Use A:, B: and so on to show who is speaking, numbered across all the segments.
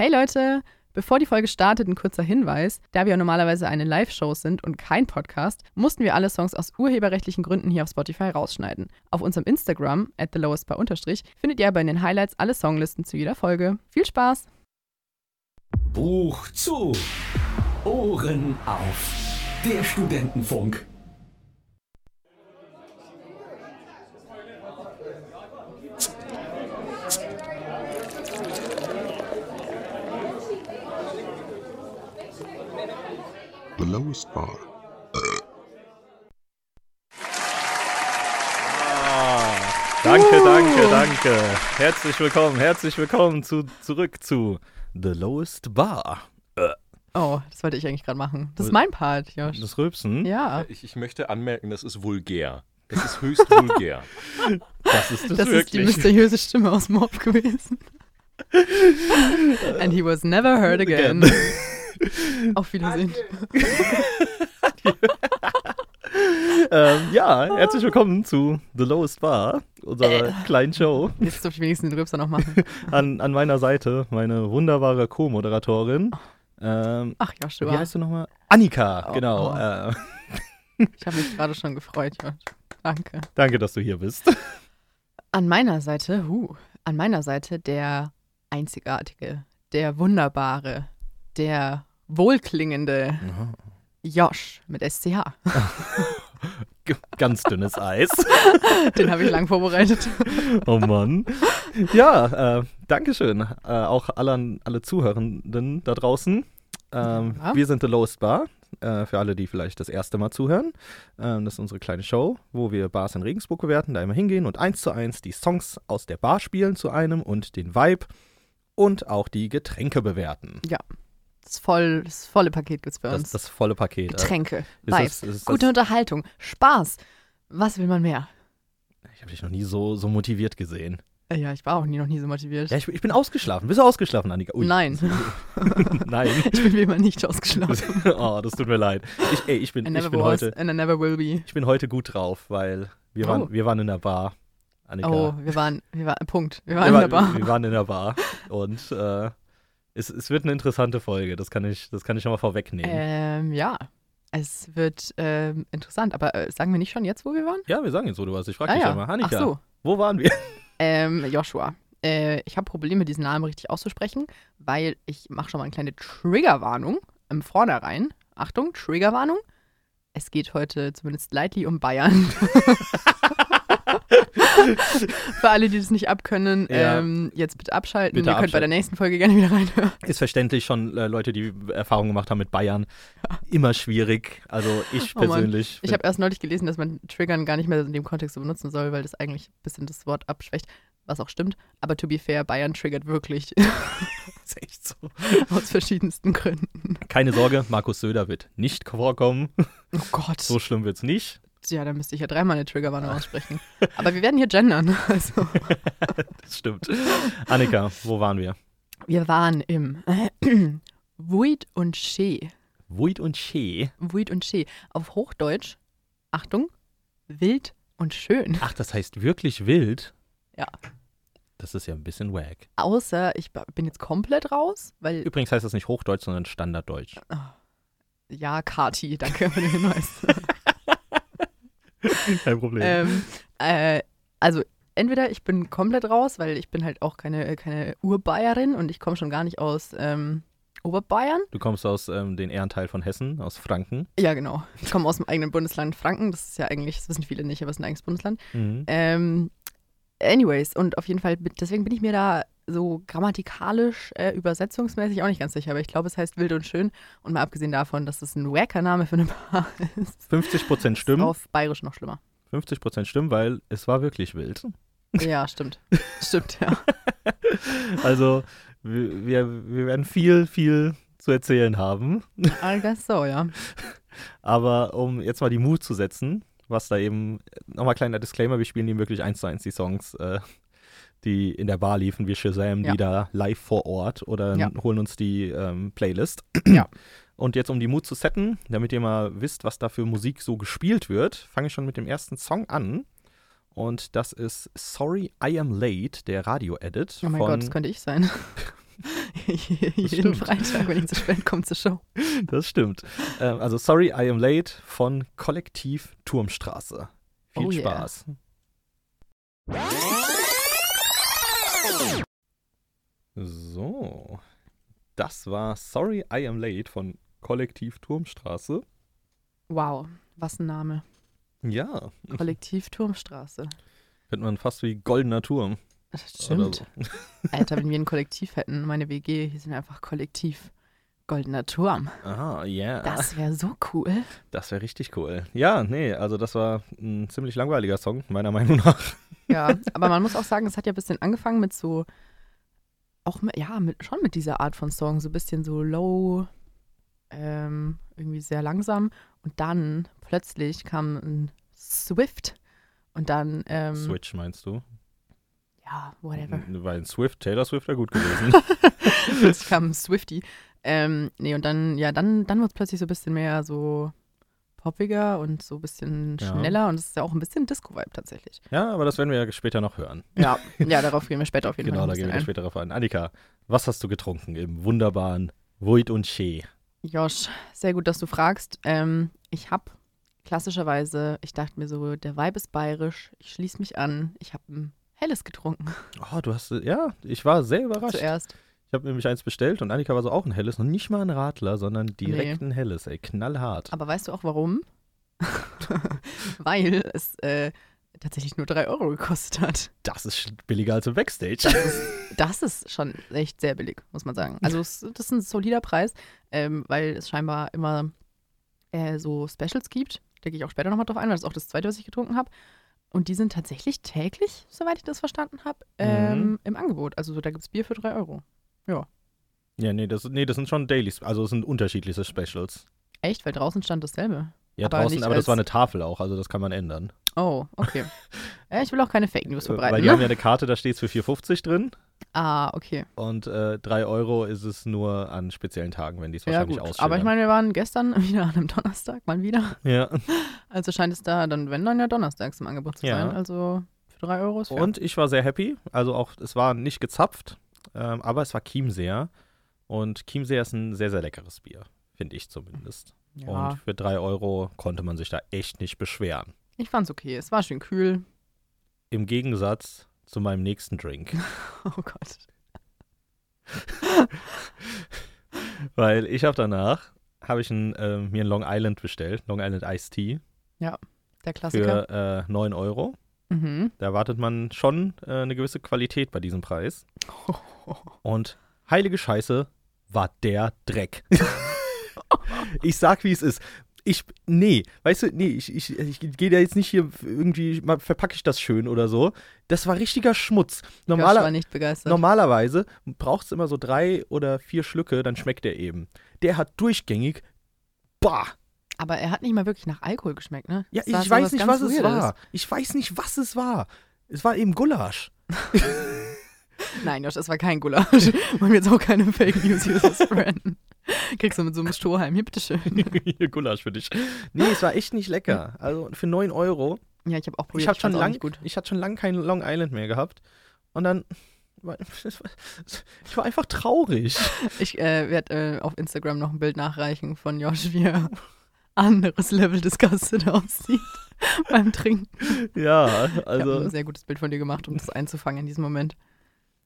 A: Hey Leute, bevor die Folge startet, ein kurzer Hinweis. Da wir ja normalerweise eine Live-Show sind und kein Podcast, mussten wir alle Songs aus urheberrechtlichen Gründen hier auf Spotify rausschneiden. Auf unserem Instagram, at thelowestbar findet ihr aber in den Highlights alle Songlisten zu jeder Folge. Viel Spaß!
B: Buch zu. Ohren auf. Der Studentenfunk.
C: The lowest bar.
D: Danke, danke, danke. Herzlich willkommen, herzlich willkommen zu, zurück zu The Lowest Bar.
A: Oh, das wollte ich eigentlich gerade machen. Das ist mein Part, Josh.
D: Das Rülpsen,
E: Äh,
A: Ja,
F: Ich, ich möchte anmerken, das ist vulgär. Das ist höchst vulgär.
D: das ist es
A: das ist die
D: wirklich.
A: mysteriöse Stimme aus Mob gewesen. And he was never heard again. Auf Wiedersehen.
D: ähm,
A: Ah.
D: ja, herzlich willkommen zu The Lowest Bar, unserer
A: Äh.
D: kleinen Show.
A: Jetzt durfte ich wenigstens den Rübser noch machen.
D: An, an meiner Seite meine wunderbare Co-Moderatorin. Ähm,
A: Ach,
D: wie
A: Joshua.
D: heißt du nochmal? Annika,
A: Oh,
D: genau.
A: oh.
D: Äh,
A: Ich habe mich gerade schon gefreut, Josh. Danke.
D: danke, dass du hier bist.
A: An meiner Seite, huh, an meiner Seite der einzigartige, der wunderbare, der wohlklingende Josh mit SCH.
D: G- Ganz dünnes Eis.
A: Den habe ich lang vorbereitet.
D: Oh Mann. Ja, äh, Dankeschön. Äh, auch allen, alle Zuhörenden da draußen. Ähm,
A: Ja.
D: Wir sind The Lowest Bar. Äh, für alle, die vielleicht das erste Mal zuhören. Ähm, das ist unsere kleine Show, wo wir Bars in Regensburg bewerten, da immer hingehen und eins zu eins die Songs aus der Bar spielen zu einem und den Vibe und auch die Getränke bewerten.
A: Das, voll, das volle Paket gibt's bei
D: Das,
A: uns.
D: das volle Paket. Äh,
A: Getränke,
D: ist
A: Vibes,
D: das- ist das-
A: gute Unterhaltung, Spaß. Was will man mehr?
D: Ich habe dich noch nie so, so motiviert gesehen.
A: Äh, Ja, ich war auch nie noch nie so motiviert.
D: Ja, ich, ich bin ausgeschlafen. Bist du ausgeschlafen, Annika? Ui.
A: Nein,
D: Nein.
A: ich bin wie immer nicht ausgeschlafen.
D: oh, das tut mir leid. Ich, ey, ich bin,
A: I
D: ich
A: never
D: bin
A: was
D: heute.
A: and I never will be.
D: Ich bin heute gut drauf, weil wir, waren,
A: Oh.
D: wir waren in der Bar, Annika.
A: Oh, wir waren, wir waren, Punkt. Wir
D: wir,
A: waren
D: waren,
A: wunderbar.
D: wir waren in der Bar und äh, es, es wird eine interessante Folge, das kann ich, das kann ich schon mal vorwegnehmen.
A: Ähm, ja, es wird ähm, interessant, aber äh, sagen wir nicht schon jetzt, wo wir waren?
D: Ja, wir sagen jetzt so du was. Ich frage
A: Ah
D: dich
A: ja.
D: ja. mal, Annika,
A: Ach so,
D: wo waren wir?
A: ähm, Joshua. Äh, ich habe Probleme, diesen Namen richtig auszusprechen, weil ich mache schon mal eine kleine Triggerwarnung im Vornherein. Achtung, Triggerwarnung. Es geht heute zumindest lightly um Bayern. Für alle, die das nicht abkönnen,
D: Ja.
A: ähm, jetzt bitte abschalten.
D: Bitte
A: Ihr könnt bei der nächsten Folge gerne wieder reinhören.
D: Ist verständlich schon äh, Leute, die Erfahrung gemacht haben mit Bayern. Immer schwierig. Also ich
A: Oh Mann.
D: persönlich.
A: Ich habe erst neulich gelesen, dass man Triggern gar nicht mehr in dem Kontext so benutzen soll, weil das eigentlich ein bisschen das Wort abschwächt, was auch stimmt. Aber to be fair, Bayern triggert wirklich
D: es echt so.
A: aus verschiedensten Gründen.
D: Keine Sorge, Markus Söder wird nicht vorkommen.
A: Oh Gott.
D: So schlimm wird's nicht.
A: Ja, dann müsste ich ja dreimal eine Triggerwarnung aussprechen. Aber wir werden hier gendern. Also,
D: Das stimmt. Annika, wo waren wir?
A: wir waren im Wuid und Schee.
D: Wuid und Schee.
A: Wuid und Schee. Auf Hochdeutsch, Achtung, wild und schön.
D: Ach, das heißt wirklich wild?
A: Ja.
D: Das ist ja ein bisschen wack.
A: Außer ich bin jetzt komplett raus, weil
D: Übrigens heißt das nicht Hochdeutsch, sondern Standarddeutsch.
A: ja, Kati, danke für den Hinweis.
D: Kein Problem.
A: ähm, äh, also entweder ich bin komplett raus, weil ich bin halt auch keine, keine Urbayerin und ich komme schon gar nicht aus ähm, Oberbayern.
D: du kommst aus ähm, den Ehrenteil von Hessen, aus Franken.
A: Ja, genau. Ich komme aus dem eigenen Bundesland Franken. Das ist ja eigentlich, das wissen viele nicht, aber es ist ein eigenes Bundesland.
D: Mhm.
A: Ähm, anyways, und auf jeden Fall, bin- deswegen bin ich mir da so grammatikalisch, äh, übersetzungsmäßig auch nicht ganz sicher, aber ich glaube, es heißt wild und schön. Und mal abgesehen davon, dass es ein wacker Name für eine Bar ist,
D: 50%
A: ist
D: stimmen.
A: auf Bayerisch noch schlimmer.
D: 50% stimmen, weil es war wirklich wild.
A: Ja, stimmt. stimmt, ja.
D: Also, wir, wir, wir werden viel, viel zu erzählen haben.
A: I guess so, ja.
D: Aber um jetzt mal die Mut zu setzen, was da eben, nochmal kleiner Disclaimer, wir spielen eben wirklich eins zu eins die Songs, äh, die in der Bar liefen. Wir shazamen
A: Ja.
D: die da live vor Ort oder
A: Ja.
D: holen uns die ähm, Playlist.
A: Ja.
D: Und jetzt, um die Mut zu setten, damit ihr mal wisst, was da für Musik so gespielt wird, fange ich schon mit dem ersten Song an. Und das ist Sorry I Am Late, der Radio-Edit
A: Oh mein
D: von
A: Gott, das könnte ich sein. Jeden
D: stimmt.
A: Freitag, wenn ich zu spät komme zur Show.
D: Das stimmt. Ähm, also Sorry, I am late von Kollektiv Turmstraße. Viel
A: Oh yeah.
D: Spaß. So, das war Sorry, I am late von Kollektiv Turmstraße.
A: Wow, was ein Name.
D: Ja,
A: Kollektiv Turmstraße.
D: könnte man fast wie goldener Turm.
A: Das
D: Oder
A: stimmt.
D: so.
A: Alter, wenn wir ein Kollektiv hätten, meine WG, hier sind wir einfach Kollektiv. Goldener Turm.
D: Ah, yeah.
A: Das wäre so cool.
D: Das wäre richtig cool. Ja, nee, also das war ein ziemlich langweiliger Song, meiner Meinung nach.
A: Ja, aber man muss auch sagen, es hat ja ein bisschen angefangen mit so, auch mit, ja, mit, schon mit dieser Art von Song, so ein bisschen so low, ähm, irgendwie sehr langsam. Und dann plötzlich kam ein Swift und dann, ähm,
D: Switch meinst du?
A: ja, whatever.
D: Weil ein Swift, Taylor Swift wäre gut gewesen.
A: plötzlich kam ein Swifty. Ähm, nee, und dann, ja, dann, dann wurde es plötzlich so ein bisschen mehr so poppiger und so ein bisschen
D: Ja.
A: schneller und es ist ja auch ein bisschen Disco-Vibe tatsächlich.
D: ja, aber das werden wir ja später noch hören.
A: Ja. ja, darauf gehen wir später auf jeden
D: genau,
A: Fall
D: da
A: noch ein
D: gehen wir
A: bisschen
D: später drauf ein. Annika, was hast du getrunken im wunderbaren Void und Che?
A: Josh, sehr gut, dass du fragst. Ähm, ich habe klassischerweise, ich dachte mir so, der Vibe ist bayerisch, ich schließe mich an, ich habe ein helles getrunken
D: Oh, du hast, ja, ich war sehr überrascht.
A: zuerst.
D: Ich habe nämlich eins bestellt und Annika war so auch ein helles und nicht mal ein Radler, sondern direkt ein helles, ey, knallhart.
A: Aber weißt du auch warum? Weil es äh, tatsächlich nur 3 Euro gekostet hat.
D: Das ist sch- billiger als im Backstage.
A: Das ist schon echt sehr billig, muss man sagen. Also es, das ist ein solider Preis, ähm, weil es scheinbar immer äh, so Specials gibt. Da gehe ich auch später nochmal drauf ein, weil das ist auch das zweite, was ich getrunken habe. Und die sind tatsächlich täglich, soweit ich das verstanden habe,
D: Mhm.
A: ähm, im Angebot. Also so, da gibt es Bier für 3 Euro.
D: ja, nee das, nee, das sind schon Dailies, also es sind unterschiedliche Specials.
A: Echt? Weil draußen stand dasselbe.
D: Ja,
A: Aber
D: draußen,
A: nicht
D: aber das
A: als-
D: war eine Tafel auch, also das kann man ändern.
A: Oh, okay. äh, ich will auch keine Fake News
D: Weil
A: verbreiten.
D: die haben ja
A: Ne?
D: eine Karte, da steht es für 4,50 drin
A: Ah, okay.
D: und äh, 3 Euro ist es nur an speziellen Tagen, wenn die es
A: Ja,
D: wahrscheinlich
A: gut.
D: ausschütten.
A: Aber ich meine, wir waren gestern wieder an einem Donnerstag, mal wieder.
D: Ja.
A: Also scheint es da dann, wenn dann ja donnerstags im Angebot zu
D: Ja.
A: sein. Also für drei Euro ist fair.
D: Und ich war sehr happy. Also auch, es war nicht gezapft, ähm, aber es war Chiemseer. Und Chiemseer ist ein sehr, sehr leckeres Bier, finde ich zumindest.
A: ja.
D: Und für 3 Euro konnte man sich da echt nicht beschweren.
A: ich fand's okay. Es war schön kühl.
D: Im Gegensatz zu meinem nächsten Drink.
A: Oh Gott.
D: Weil ich habe danach, habe ich ein, ähm, mir ein Long Island bestellt, Long Island Iced Tea,
A: Der Klassiker.
D: für äh, 9 Euro.
A: Mhm.
D: Da erwartet man schon äh, eine gewisse Qualität bei diesem Preis. Und heilige Scheiße war der Dreck. ich sag, wie es ist. Ich, nee, weißt du, nee, ich, ich, ich gehe da jetzt nicht hier irgendwie, mal verpacke ich das schön oder so. Das war richtiger Schmutz.
A: Normaler,
D: Normaler,
A: war nicht begeistert.
D: normalerweise braucht es immer so drei oder vier Schlücke, dann schmeckt der eben. Der hat durchgängig, bah,
A: Aber er hat nicht mal wirklich nach Alkohol geschmeckt, ne?
D: ja,
A: Es war
D: ich
A: so
D: weiß nicht,
A: ganz
D: was es
A: Weirdes.
D: war. Ich weiß nicht, was es war. Es war eben Gulasch.
A: Nein, Josh, es war kein Gulasch. Wollen wir jetzt auch keine Fake News hier spreaden. Kriegst du mit so einem Strohhalm. Hier, bitteschön.
D: Hier, Gulasch für dich. Nee, es war echt nicht lecker. Also für 9 Euro.
A: Ja, ich habe auch probiert.
D: Ich, hab schon
A: fand's auch
D: lang,
A: nicht gut.
D: ich hatte schon lange keinen Long Island mehr gehabt. Und dann. war- Ich war einfach traurig.
A: Ich äh, werde äh, auf Instagram noch ein Bild nachreichen von Josh, wie er anderes Level disgusted aussieht beim Trinken.
D: Ja,
A: ich
D: Also
A: habe ein sehr gutes Bild von dir gemacht, um das einzufangen in diesem Moment.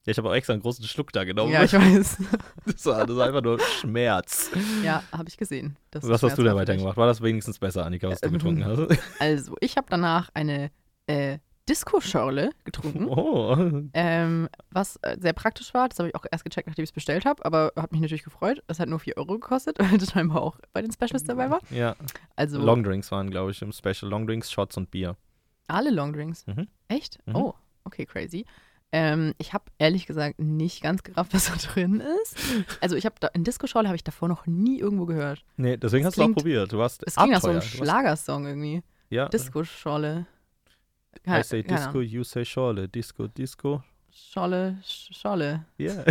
D: Ja, ich habe auch extra einen großen Schluck da genommen.
A: Ja, ich weiß.
D: das, war, das war einfach nur Schmerz.
A: Ja, habe ich gesehen. Das
D: Was hast
A: schmerzhaft
D: du da
A: für dich.
D: weitergemacht? War das wenigstens besser, Annika, was du
A: Ähm,
D: getrunken hast?
A: Also, ich habe danach eine äh, Disco-Schorle getrunken,
D: Oh.
A: ähm, was äh, sehr praktisch war. Das habe ich auch erst gecheckt, nachdem ich es bestellt habe, aber habe mich natürlich gefreut. Es hat nur 4 Euro gekostet, weil das scheinbar auch bei den Specials dabei war.
D: Ja.
A: Also,
D: Mhm. Long Drinks waren, glaube ich, im Special. Long Drinks, Shots und Bier.
A: Alle Longdrinks.
D: Mhm.
A: Echt?
D: Mhm.
A: Oh, okay, crazy. Ähm, ich habe ehrlich gesagt nicht ganz gerafft, was da drin ist. Also ich habe da, in Disco-Schorle habe ich davor noch nie irgendwo gehört.
D: Nee, deswegen
A: Es
D: hast du auch
A: klingt-
D: probiert. Du warst
A: Es ging nach so
D: Abenteuer.
A: einem
D: Du warst-
A: Schlagersong irgendwie.
D: Ja.
A: Disco-Schorle.
D: I
A: Keine-
D: say
A: keine
D: Disco,
A: Ahnung.
D: you say Schorle. Disco, Disco.
A: Schorle, Sch- Schorle.
D: Yeah.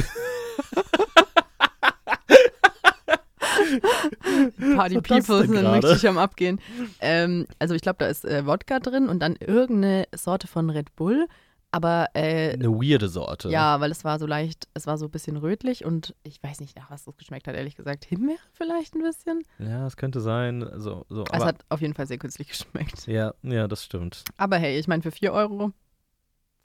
A: Party
D: Was war das
A: People
D: denn
A: sind
D: gerade?
A: richtig am Abgehen. Ähm, also ich glaube, da ist äh, Wodka drin und dann irgendeine Sorte von Red Bull. aber äh,
D: Eine weirde Sorte.
A: ja, weil es war so leicht, es war so ein bisschen rötlich und ich weiß nicht, nach was es geschmeckt hat, ehrlich gesagt. Himbeere vielleicht ein bisschen?
D: Ja, es könnte sein. So, so,
A: es
D: aber,
A: hat auf jeden Fall sehr künstlich geschmeckt.
D: ja, ja, das stimmt.
A: Aber hey, ich meine, für 4 Euro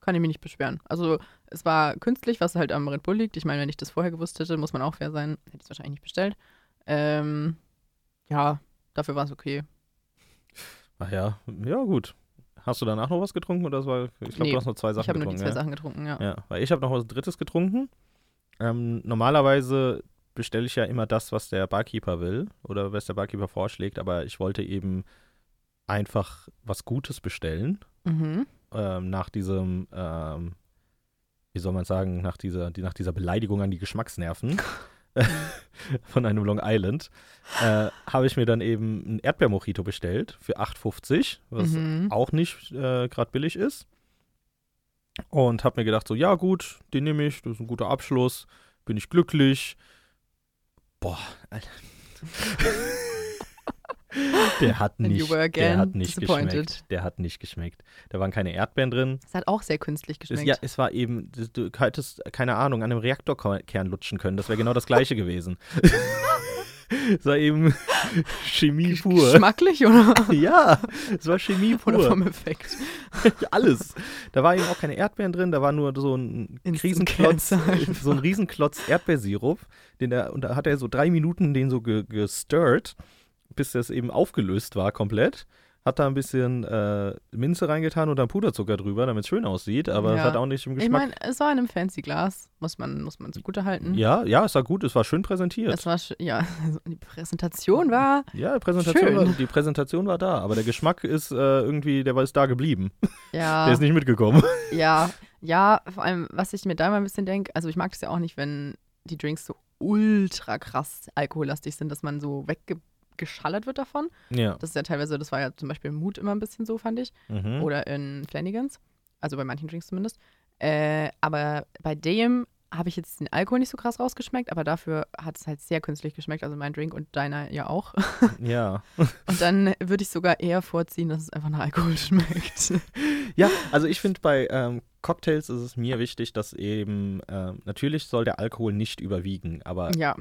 A: kann ich mich nicht beschweren. Also, es war künstlich, was halt am Red Bull liegt. Ich meine, wenn ich das vorher gewusst hätte, muss man auch fair sein, hätte ich es wahrscheinlich nicht bestellt. Ähm, ja, dafür war es okay.
D: Ach ja, ja, gut. Hast du danach noch was getrunken oder das war, ich glaube,
A: Nee,
D: du hast noch zwei Sachen
A: ich habe nur die
D: getrunken.
A: zwei
D: ja?
A: Sachen getrunken, ja.
D: Ja, weil ich habe noch was Drittes getrunken. Ähm, normalerweise bestelle ich ja immer das, was der Barkeeper will oder was der Barkeeper vorschlägt, aber ich wollte eben einfach was Gutes bestellen
A: Mhm.
D: ähm, nach diesem, ähm, wie soll man sagen, nach dieser, die, nach dieser Beleidigung an die Geschmacksnerven von einem Long Island, äh, habe ich mir dann eben ein Erdbeermojito bestellt für 8,50, was
A: mhm.
D: auch nicht äh, gerade billig ist. Und habe mir gedacht, so, ja gut, den nehme ich, das ist ein guter Abschluss, bin ich glücklich. Boah, Alter. der hat
A: And you
D: nicht,
A: were
D: der
A: again
D: hat nicht
A: disappointed.
D: geschmeckt. Der hat nicht geschmeckt. Da waren keine Erdbeeren drin.
A: Es hat auch sehr künstlich
D: Es,
A: geschmeckt.
D: ja, es war eben, du- du hättest, keine Ahnung, an einem Reaktorkern lutschen können. Das wäre genau das gleiche gewesen. es war eben Chemie pur.
A: Geschmacklich oder,
D: Ja, es war Chemie
A: oder
D: pur.
A: vom Effekt?
D: Ja, alles. Da war eben auch keine Erdbeeren drin, da war nur so ein
A: Instant
D: Riesenklotz,
A: Cancer einfach.
D: so ein Riesenklotz Erdbeersirup, den er, und da hat er so drei Minuten den so ge, gestirrt, bis das eben aufgelöst war komplett. Hat da ein bisschen äh, Minze reingetan und dann Puderzucker drüber, damit es schön aussieht, aber es
A: Ja.
D: hat auch nicht im
A: Ich
D: Geschmack.
A: meine, es war in einem fancy Glas, muss man, muss man zugute halten.
D: ja, ja, es war gut, es war schön präsentiert.
A: hm? Es war, sch- ja, die Präsentation war
D: ja, die Präsentation
A: schön.
D: war, die Präsentation war da, aber der Geschmack ist äh, irgendwie, der war ist da geblieben.
A: Ja,
D: Der ist nicht mitgekommen.
A: ja, ja, vor allem, was ich mir da mal ein bisschen denke, also ich mag es ja auch nicht, wenn die Drinks so ultra krass alkohollastig sind, dass man so weggeschallert wird davon.
D: ja.
A: Das ist ja teilweise, das war ja zum Beispiel im Mut immer ein bisschen so, fand ich.
D: Mhm.
A: Oder in Flanagans, also bei manchen Drinks zumindest. Äh, aber bei dem habe ich jetzt den Alkohol nicht so krass rausgeschmeckt, aber dafür hat es halt sehr künstlich geschmeckt, also mein Drink und deiner ja auch.
D: ja.
A: Und dann würde ich sogar eher vorziehen, dass es einfach nach Alkohol schmeckt.
D: Ja, also ich finde bei ähm, Cocktails ist es mir wichtig, dass eben, ähm, natürlich soll der Alkohol nicht überwiegen, aber
A: ja,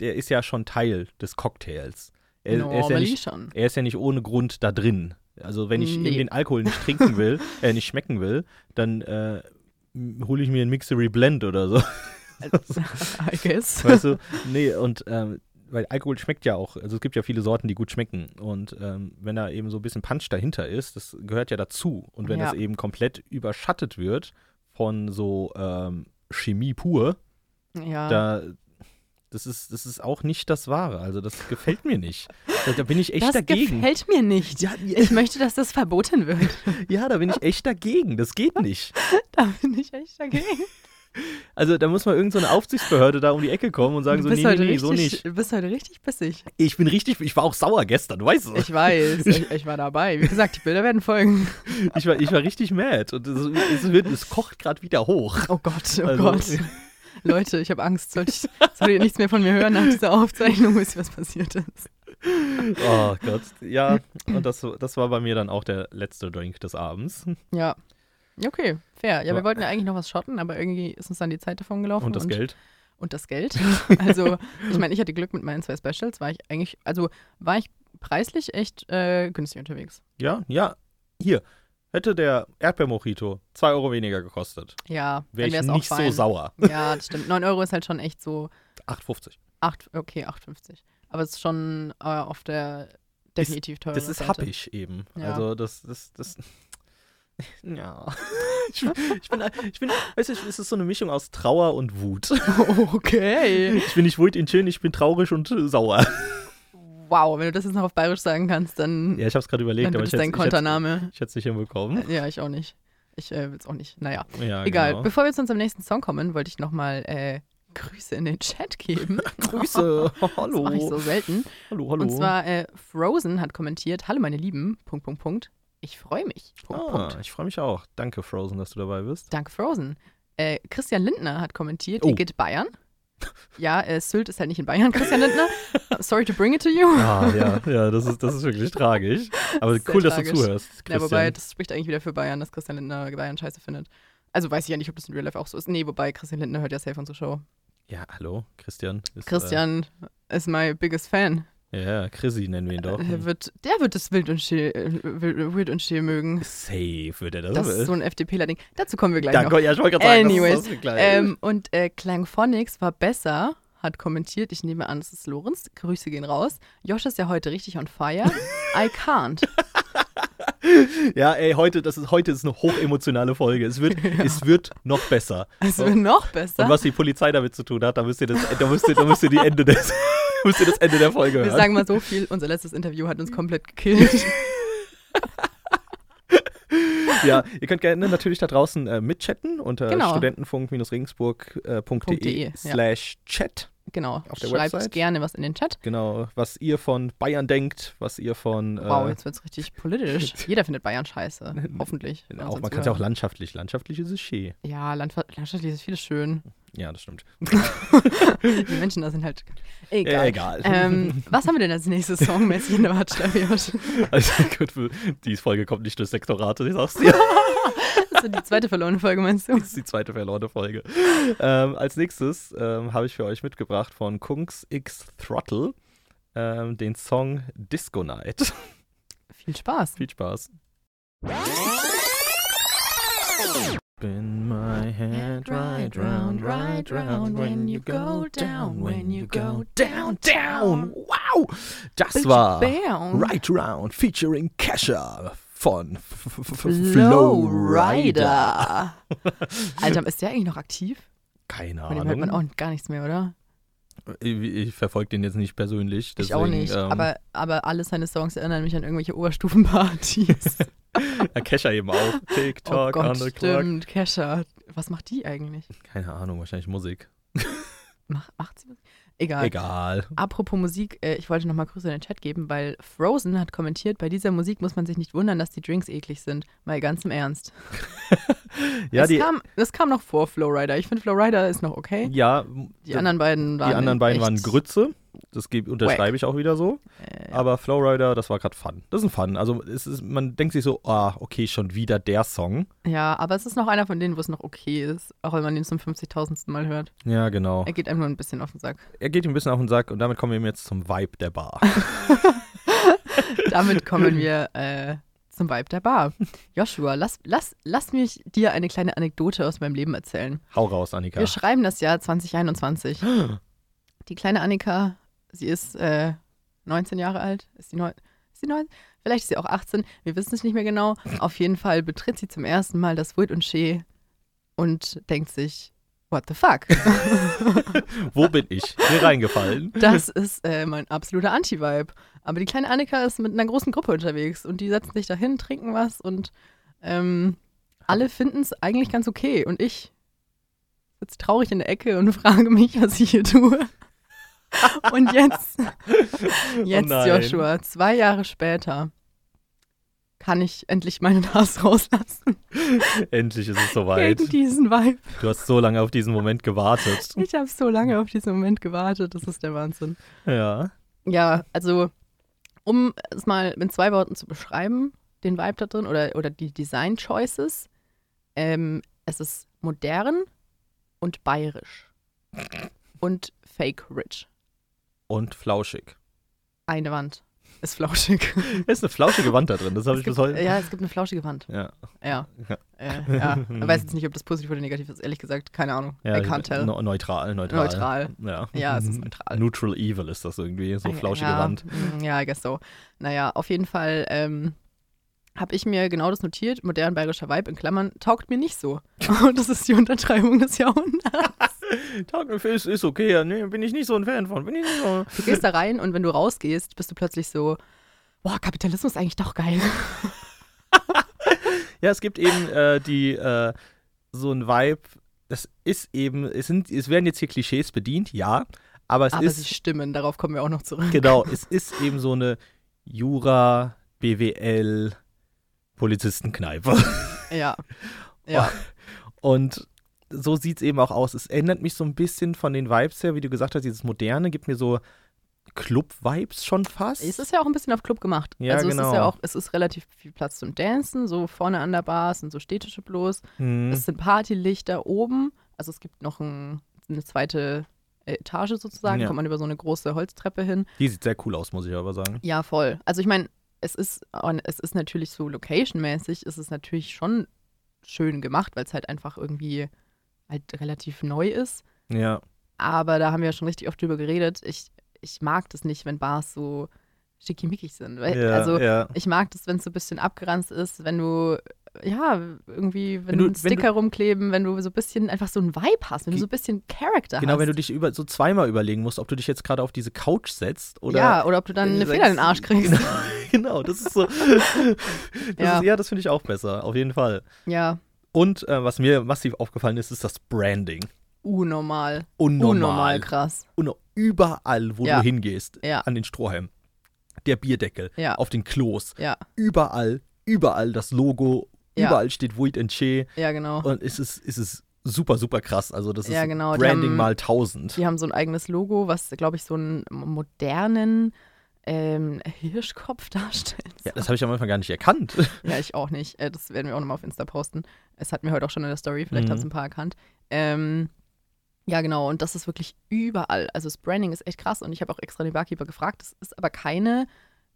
D: der ist ja schon Teil des Cocktails. Er, er, ist ja
A: normally
D: nicht,
A: schon.
D: er ist ja nicht ohne Grund da drin. Also wenn ich
A: Nee.
D: eben den Alkohol nicht trinken will, äh, nicht schmecken will, dann äh, hole ich mir einen Mixery Blend oder so.
A: Also, I guess.
D: Weißt du? Nee, und ähm, weil Alkohol schmeckt ja auch, also es gibt ja viele Sorten, die gut schmecken. Und ähm, wenn da eben so ein bisschen Punch dahinter ist, das gehört ja dazu. Und wenn
A: Ja.
D: das eben komplett überschattet wird von so ähm, Chemie pur,
A: Ja.
D: da das ist, das ist auch nicht das Wahre. Also das gefällt mir nicht. Da, da bin ich echt
A: das
D: dagegen.
A: gefällt mir nicht.
D: Ja,
A: Ich möchte, dass das verboten wird.
D: ja, da bin ich echt dagegen. Das geht nicht.
A: Da bin ich echt dagegen.
D: Also da muss mal irgendeine so eine Aufsichtsbehörde da um die Ecke kommen und sagen so, nee, nee, nee,
A: halt richtig,
D: so nicht.
A: Du bist heute richtig bissig.
D: Ich bin richtig, ich war auch sauer gestern, du weißt es.
A: Ich weiß, ich, ich war dabei. Wie gesagt, die Bilder werden folgen.
D: Ich war, ich war richtig mad und es, es, wird, es kocht gerade wieder hoch.
A: Oh Gott, oh
D: Also-
A: Gott. Leute, ich habe Angst. Sollte ich, solltet ihr nichts mehr von mir hören nach dieser Aufzeichnung, wisst ihr, was passiert ist.
D: Oh Gott, ja. Und das, das war bei mir dann auch der letzte Drink des Abends.
A: Ja. Okay, fair. Ja,
D: Aber-
A: wir wollten ja eigentlich noch was schotten, aber irgendwie ist uns dann die Zeit davon gelaufen.
D: Und das Geld.
A: und das Geld. Also, ich meine, ich hatte Glück mit meinen zwei Specials, war ich eigentlich, also war ich preislich echt äh, günstig unterwegs.
D: Ja, ja. Hier, hätte der Erdbeermojito 2 Euro weniger gekostet,
A: Ja, dann
D: wäre ich
A: wär's auch
D: nicht so
A: fein.
D: sauer.
A: Ja, das stimmt. 9 Euro ist halt schon echt so
D: 8,50.
A: 8, okay, 8,50. Aber es ist schon äh, auf der definitiv teurer
D: Das ist
A: Seite.
D: happig eben.
A: Ja.
D: Also das, das, das. Ja. Ich, ich bin, ich bin, weißt du, es ist so eine Mischung aus Trauer und Wut.
A: Okay.
D: Ich bin nicht wut in schön, ich bin traurig und äh, sauer.
A: Wow, wenn du das jetzt noch auf Bayerisch sagen kannst, dann,
D: Ja, ich hab's gerade überlegt,
A: dann
D: aber
A: wird
D: ich
A: es dein
D: hätt's- ich hätt's-
A: Kontername.
D: ich hätte es nicht hinbekommen.
A: Ja, ich auch nicht. Ich äh, will es auch nicht. Naja.
D: Ja,
A: Egal,
D: genau.
A: bevor wir zu unserem nächsten Song kommen, wollte ich nochmal äh, Grüße in den Chat geben.
D: Grüße. Hallo.
A: Das mache ich so selten.
D: hallo, hallo.
A: Und zwar äh, Frozen hat kommentiert, hallo meine Lieben, Punkt, Punkt, Punkt. Ich freue mich. Punkt,
D: ah,
A: Punkt.
D: ich freue mich auch. Danke, Frozen, dass du dabei bist.
A: Danke Frozen. Äh, Christian Lindner hat kommentiert,
D: Oh.
A: ihr geht Bayern. Ja, äh, Sylt ist halt nicht in Bayern, Christian Lindner. Sorry to bring it to you.
D: Ah, ja, ja, das ist, das ist wirklich tragisch. Aber
A: Sehr
D: cool, dass
A: tragisch.
D: du zuhörst.
A: Ja,
D: Christian.
A: wobei, das spricht eigentlich wieder für Bayern, dass Christian Lindner Bayern scheiße findet. Also weiß ich ja nicht, ob das in Real Life auch so ist. Nee, wobei Christian Lindner hört ja safe unsere Show.
D: Äh. ja hallo, Christian. Ist,
A: Christian ist my biggest fan.
D: Äh, ja, Chrissy nennen wir ihn doch.
A: Der wird, der wird das wild und schee, äh, wild wild und schee mögen.
D: Safe wird er das.
A: Das ist so ein FDPler-Ding. Dazu kommen wir gleich
D: ja,
A: noch.
D: Gott, ja, ich wollte gerade sagen,
A: Anyways,
D: das ist gleich.
A: Ähm, und äh, Klangphonics war besser, hat kommentiert. Ich nehme an, es ist Lorenz. Grüße gehen raus. Josh ist ja heute richtig on fire. I can't.
D: ja, ey, heute, das ist, heute ist eine hochemotionale Folge. Es wird, es wird noch besser.
A: Es wird Also noch besser.
D: Oh. Und was die Polizei damit zu tun hat, da müsst ihr das, da müsst ihr, da müsst ihr die Ende des, müsst ihr das Ende der Folge hören.
A: Wir sagen mal so viel, unser letztes Interview hat uns komplett gekillt.
D: Ja, ihr könnt gerne natürlich da draußen äh, mitchatten unter
A: Genau.
D: studentenfunk-regensburg.de
A: .de, ja.
D: E slash chat.
A: Genau.
D: Auf der
A: Schreibt
D: Website?
A: gerne was in den Chat.
D: Genau, was ihr von Bayern denkt, was ihr von. Äh,
A: Wow, jetzt wird's richtig politisch. Jeder findet Bayern scheiße. Hoffentlich. von
D: auch,
A: unseren
D: man kann es ja auch
A: Zuhörern.
D: landschaftlich. Landschaftlich ist es schön.
A: Ja, Landver- landschaftlich ist vieles schön.
D: Ja, das stimmt.
A: Die Menschen da sind halt. Egal.
D: Äh, egal.
A: Ähm, was haben wir denn als nächstes songmäßig in der Warteschleife? Josh?
D: Also gut, für- die Folge kommt nicht durchs Sektorat, ich sag's dir.
A: Das ist die zweite verlorene Folge, meinst du?
D: Das ist die zweite verlorene Folge. Ähm, als nächstes ähm, habe ich für euch mitgebracht von Kungs X Throttle ähm, den Song Disco Night.
A: Viel Spaß.
D: Viel Spaß. Spin my head right round, right round, when you go down, when you go down, down. Wow! Das war
A: Bam.
D: Right Round featuring Kesha von F- F- F- Flowrider.
A: Flowrider. Alter, ist der eigentlich noch aktiv?
D: Keine
A: Von dem hört man
D: Ahnung.
A: auch gar nichts mehr, oder?
D: Ich, ich verfolge den jetzt nicht persönlich.
A: ich
D: Deswegen,
A: auch nicht.
D: Ähm,
A: aber, aber alle seine Songs erinnern mich an irgendwelche Oberstufenpartys.
D: ja, Kesha eben auch.
A: oh
D: TikTok,
A: Gott,
D: Underclock.
A: stimmt. Kesha. Was macht die eigentlich?
D: Keine Ahnung, wahrscheinlich Musik.
A: Mach, macht sie Musik? Egal.
D: Egal.
A: Apropos Musik, äh, ich wollte nochmal Grüße in den Chat geben, weil Frozen hat kommentiert, bei dieser Musik muss man sich nicht wundern, dass die Drinks eklig sind. Mal ganz im Ernst.
D: Ja,
A: das,
D: die,
A: kam, das kam noch vor Flowrider. Ich finde Flowrider ist noch okay.
D: ja,
A: Die anderen beiden waren
D: Die anderen beiden
A: echt-
D: waren Grütze. Das ge- unterschreibe ich auch wieder so.
A: Äh,
D: Aber Flowrider, das war gerade Fun. Das ist ein Fun. Also es ist, man denkt sich so, ah, okay, schon wieder der Song.
A: Ja, aber es ist noch einer von denen, wo es noch okay ist, auch wenn man ihn zum 50.000. Mal hört.
D: Ja, genau.
A: Er geht einem nur ein bisschen auf den Sack.
D: Er geht ihm ein bisschen auf den Sack und damit kommen wir eben jetzt zum Vibe der Bar.
A: Damit kommen wir äh, zum Vibe der Bar. Joshua, lass, lass, lass mich dir eine kleine Anekdote aus meinem Leben erzählen.
D: Hau raus, Annika.
A: Wir schreiben das Jahr 2021. Die kleine Annika, sie ist äh, 19 Jahre alt. Ist sie, neun, ist sie neun? Vielleicht ist sie auch 18. Wir wissen es nicht mehr genau. Auf jeden Fall betritt sie zum ersten Mal das Wood und Shee und denkt sich, what the fuck?
D: Wo bin ich? Hier reingefallen.
A: Das ist äh, mein absoluter Anti-Vibe. Aber die kleine Annika ist mit einer großen Gruppe unterwegs und die setzen sich dahin, trinken was und ähm, alle finden es eigentlich ganz okay. Und ich sitze traurig in der Ecke und frage mich, was ich hier tue. Und jetzt, jetzt
D: nein.
A: Joshua, zwei Jahre später, kann ich endlich meinen Hass rauslassen
D: Endlich ist es soweit.
A: gegen diesen Vibe.
D: Du hast so lange auf diesen Moment gewartet.
A: Ich habe so lange auf diesen Moment gewartet, das ist der Wahnsinn.
D: Ja.
A: Ja, also um es mal mit zwei Worten zu beschreiben, den Vibe da drin oder, oder die Design Choices, ähm, es ist modern und bayerisch und fake rich.
D: Und flauschig.
A: Eine Wand ist flauschig.
D: Ist eine flauschige Wand da drin. Das habe
A: Es
D: ich bis
A: gibt,
D: heute.
A: ja, es gibt eine flauschige Wand.
D: ja.
A: Ja.
D: Ja.
A: Äh, ja. Ich weiß jetzt nicht, ob das positiv oder negativ ist. Ehrlich gesagt, keine Ahnung.
D: Ja,
A: I can't tell.
D: neu- Neutral, neutral.
A: Neutral.
D: Ja.
A: Ja, es ist neutral.
D: Neutral Evil ist das irgendwie, so
A: Ah,
D: flauschige
A: ja,
D: Wand.
A: mm, Ja, I guess so. Naja, auf jeden Fall ähm, habe ich mir genau das notiert. Modern bayerischer Vibe in Klammern taugt mir nicht so. Und das ist die Untertreibung des Jahrhunderts.
D: Taugt ist, ist okay, ja, nee, bin ich nicht so ein Fan von. Bin ich nicht so.
A: Du gehst da rein und wenn du rausgehst, bist du plötzlich so, boah, Kapitalismus ist eigentlich doch geil.
D: Ja, es gibt eben äh, die, äh, so ein Vibe, das ist eben, es, sind, es werden jetzt hier Klischees bedient, ja, aber es
A: Aber sie
D: ist,
A: stimmen, darauf kommen wir auch noch zurück.
D: genau, es ist eben so eine Jura, BWL, Polizistenkneipe.
A: Ja. Ja,
D: Und so sieht es eben auch aus. Es ändert mich so ein bisschen von den Vibes her, wie du gesagt hast, dieses Moderne gibt mir so Club-Vibes schon fast.
A: Es ist ja auch ein bisschen auf Club gemacht.
D: Ja,
A: also es ist
D: genau.
A: ja auch, es ist relativ viel Platz zum Dancen, so vorne an der Bar sind so Städtische bloß.
D: Hm.
A: Es sind Partylichter oben. Also es gibt noch ein, eine zweite Etage sozusagen,
D: Ja.
A: kommt man über so eine große Holztreppe hin.
D: Die sieht sehr cool aus, muss ich aber sagen.
A: Ja, voll. Also ich meine, es ist, und es ist natürlich so locationmäßig, ist es natürlich schon schön gemacht, weil es halt einfach irgendwie halt relativ neu ist.
D: Ja.
A: Aber da haben wir ja schon richtig oft drüber geredet. Ich, ich mag das nicht, wenn Bars so schickimickig sind. Weil,
D: ja,
A: also
D: ja.
A: ich mag das, wenn es so ein bisschen abgeranzt ist, wenn du, ja, irgendwie, wenn,
D: Wenn
A: du
D: du-
A: einen
D: wenn du-
A: Sticker rumkleben, wenn du so ein bisschen einfach so einen Vibe hast, wenn du
D: Ge-
A: so ein bisschen Charakter
D: Genau,
A: hast.
D: wenn du dich über, so zweimal überlegen musst, ob du dich jetzt gerade auf diese Couch setzt oder.
A: ja, oder ob du dann eine
D: Sechs-
A: Feder in den Arsch kriegst.
D: Genau, genau das ist so. Das
A: Ja.
D: ja. Ist, ja, das finde ich auch besser, auf jeden Fall.
A: Ja,
D: Und äh, was mir massiv aufgefallen ist, ist das Branding.
A: unnormal.
D: Unnormal.
A: Unnormal krass.
D: Und überall, wo
A: Ja.
D: du hingehst,
A: Ja.
D: an den Strohhalmen, der Bierdeckel,
A: Ja.
D: auf den Klos,
A: Ja,
D: überall, überall das Logo,
A: Ja.
D: überall steht Wheat and Che.
A: ja, genau.
D: Und es ist, es ist super, super krass. Also, das ist
A: Ja, genau, die
D: Branding
A: haben-
D: mal 1000.
A: Die haben so ein eigenes Logo, was, glaube ich, so einen modernen ähm, Hirschkopf darstellt.
D: Ja, das habe ich am Anfang gar nicht erkannt.
A: Ja, ich auch nicht. Äh, Das werden wir auch nochmal auf Insta posten. Es hatten wir heute auch schon in der Story, vielleicht
D: Mhm.
A: haben es ein paar erkannt. Ähm, ja, genau, und das ist wirklich überall. Also das Branding ist echt krass und ich habe auch extra den Barkeeper gefragt. Das ist aber keine,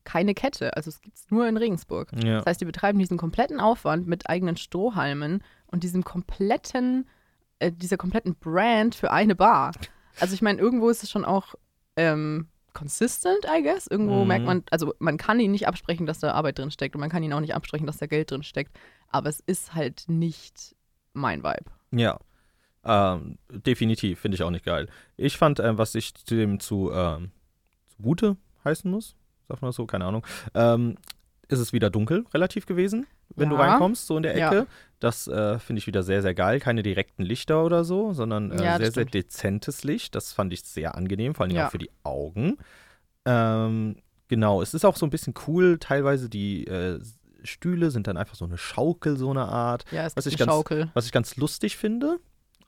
A: keine Kette. Also es gibt es nur in Regensburg.
D: Ja.
A: Das heißt, die betreiben diesen kompletten Aufwand mit eigenen Strohhalmen und diesem kompletten, äh, dieser kompletten Brand für eine Bar. Also ich meine, irgendwo ist es schon auch ähm, consistent, I guess. Irgendwo
D: Mhm.
A: merkt man, also man kann ihn nicht absprechen, dass da Arbeit drin steckt und man kann ihn auch nicht absprechen, dass da Geld drin steckt. Aber es ist halt nicht mein Vibe.
D: Ja. Ähm, definitiv, finde ich auch nicht geil. Ich fand, ähm, was ich zu dem zu, ähm, zu Bute heißen muss, sagt man das so, keine Ahnung, ähm, ist es wieder dunkel relativ gewesen, wenn du
A: Ja.
D: reinkommst, so in der
A: Ja.
D: Ecke. Das äh, finde ich wieder sehr, sehr geil. Keine direkten Lichter oder so, sondern äh,
A: Ja, das
D: sehr, sehr
A: stimmt.
D: dezentes Licht. Das fand ich sehr angenehm, vor allem
A: Ja.
D: auch für die Augen. Ähm, genau, es ist auch so ein bisschen cool, teilweise die äh, Stühle sind dann einfach so eine Schaukel, so eine Art.
A: Ja, es
D: Was
A: gibt
D: ich
A: eine
D: ganz-
A: Schaukel.
D: Was ich ganz lustig finde.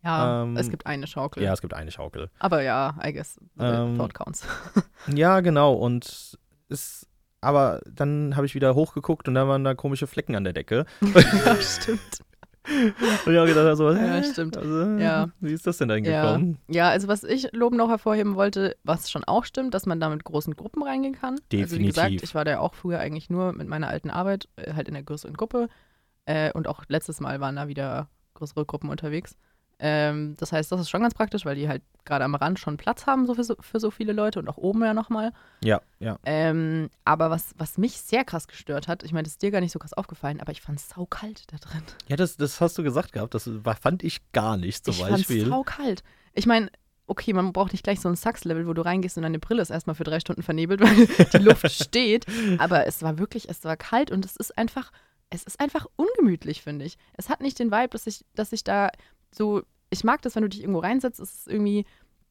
A: Ja,
D: ähm,
A: es gibt eine Schaukel.
D: Ja, es gibt eine Schaukel.
A: Aber ja, I guess, the
D: Ähm,
A: thought counts.
D: Ja, genau. Und es, aber dann habe ich wieder hochgeguckt und da waren da komische Flecken an der Decke.
A: ja, stimmt.
D: Und ich habe gedacht, so,
A: Ja,
D: hä?
A: stimmt.
D: Also,
A: Ja.
D: Wie ist das denn dann
A: Ja.
D: gekommen?
A: ja, also was ich loben noch hervorheben wollte, was schon auch stimmt, dass man da mit großen Gruppen reingehen kann. Also wie
D: Definitiv.
A: gesagt, ich war da ja auch früher eigentlich nur mit meiner alten Arbeit, äh, halt in der größeren Gruppe. Äh, und auch letztes Mal waren da wieder größere Gruppen unterwegs. Ähm, das heißt, das ist schon ganz praktisch, weil die halt gerade am Rand schon Platz haben so für, so für so viele Leute und auch oben ja nochmal.
D: Ja, ja.
A: Ähm, aber was, was mich sehr krass gestört hat, ich meine, das ist dir gar nicht so krass aufgefallen, aber ich fand es saukalt da drin.
D: Ja, das, das hast du gesagt gehabt. Das war, fand ich gar nicht zum
A: ich
D: Beispiel.
A: fand's saukalt. Ich meine, okay, man braucht nicht gleich so ein Sachs-Level, wo du reingehst und deine Brille ist erstmal für drei Stunden vernebelt, weil die Luft steht. Aber es war wirklich, es war kalt und es ist einfach, es ist einfach ungemütlich, finde ich. Es hat nicht den Vibe, dass ich, dass ich da so, ich mag das, wenn du dich irgendwo reinsetzt, es ist irgendwie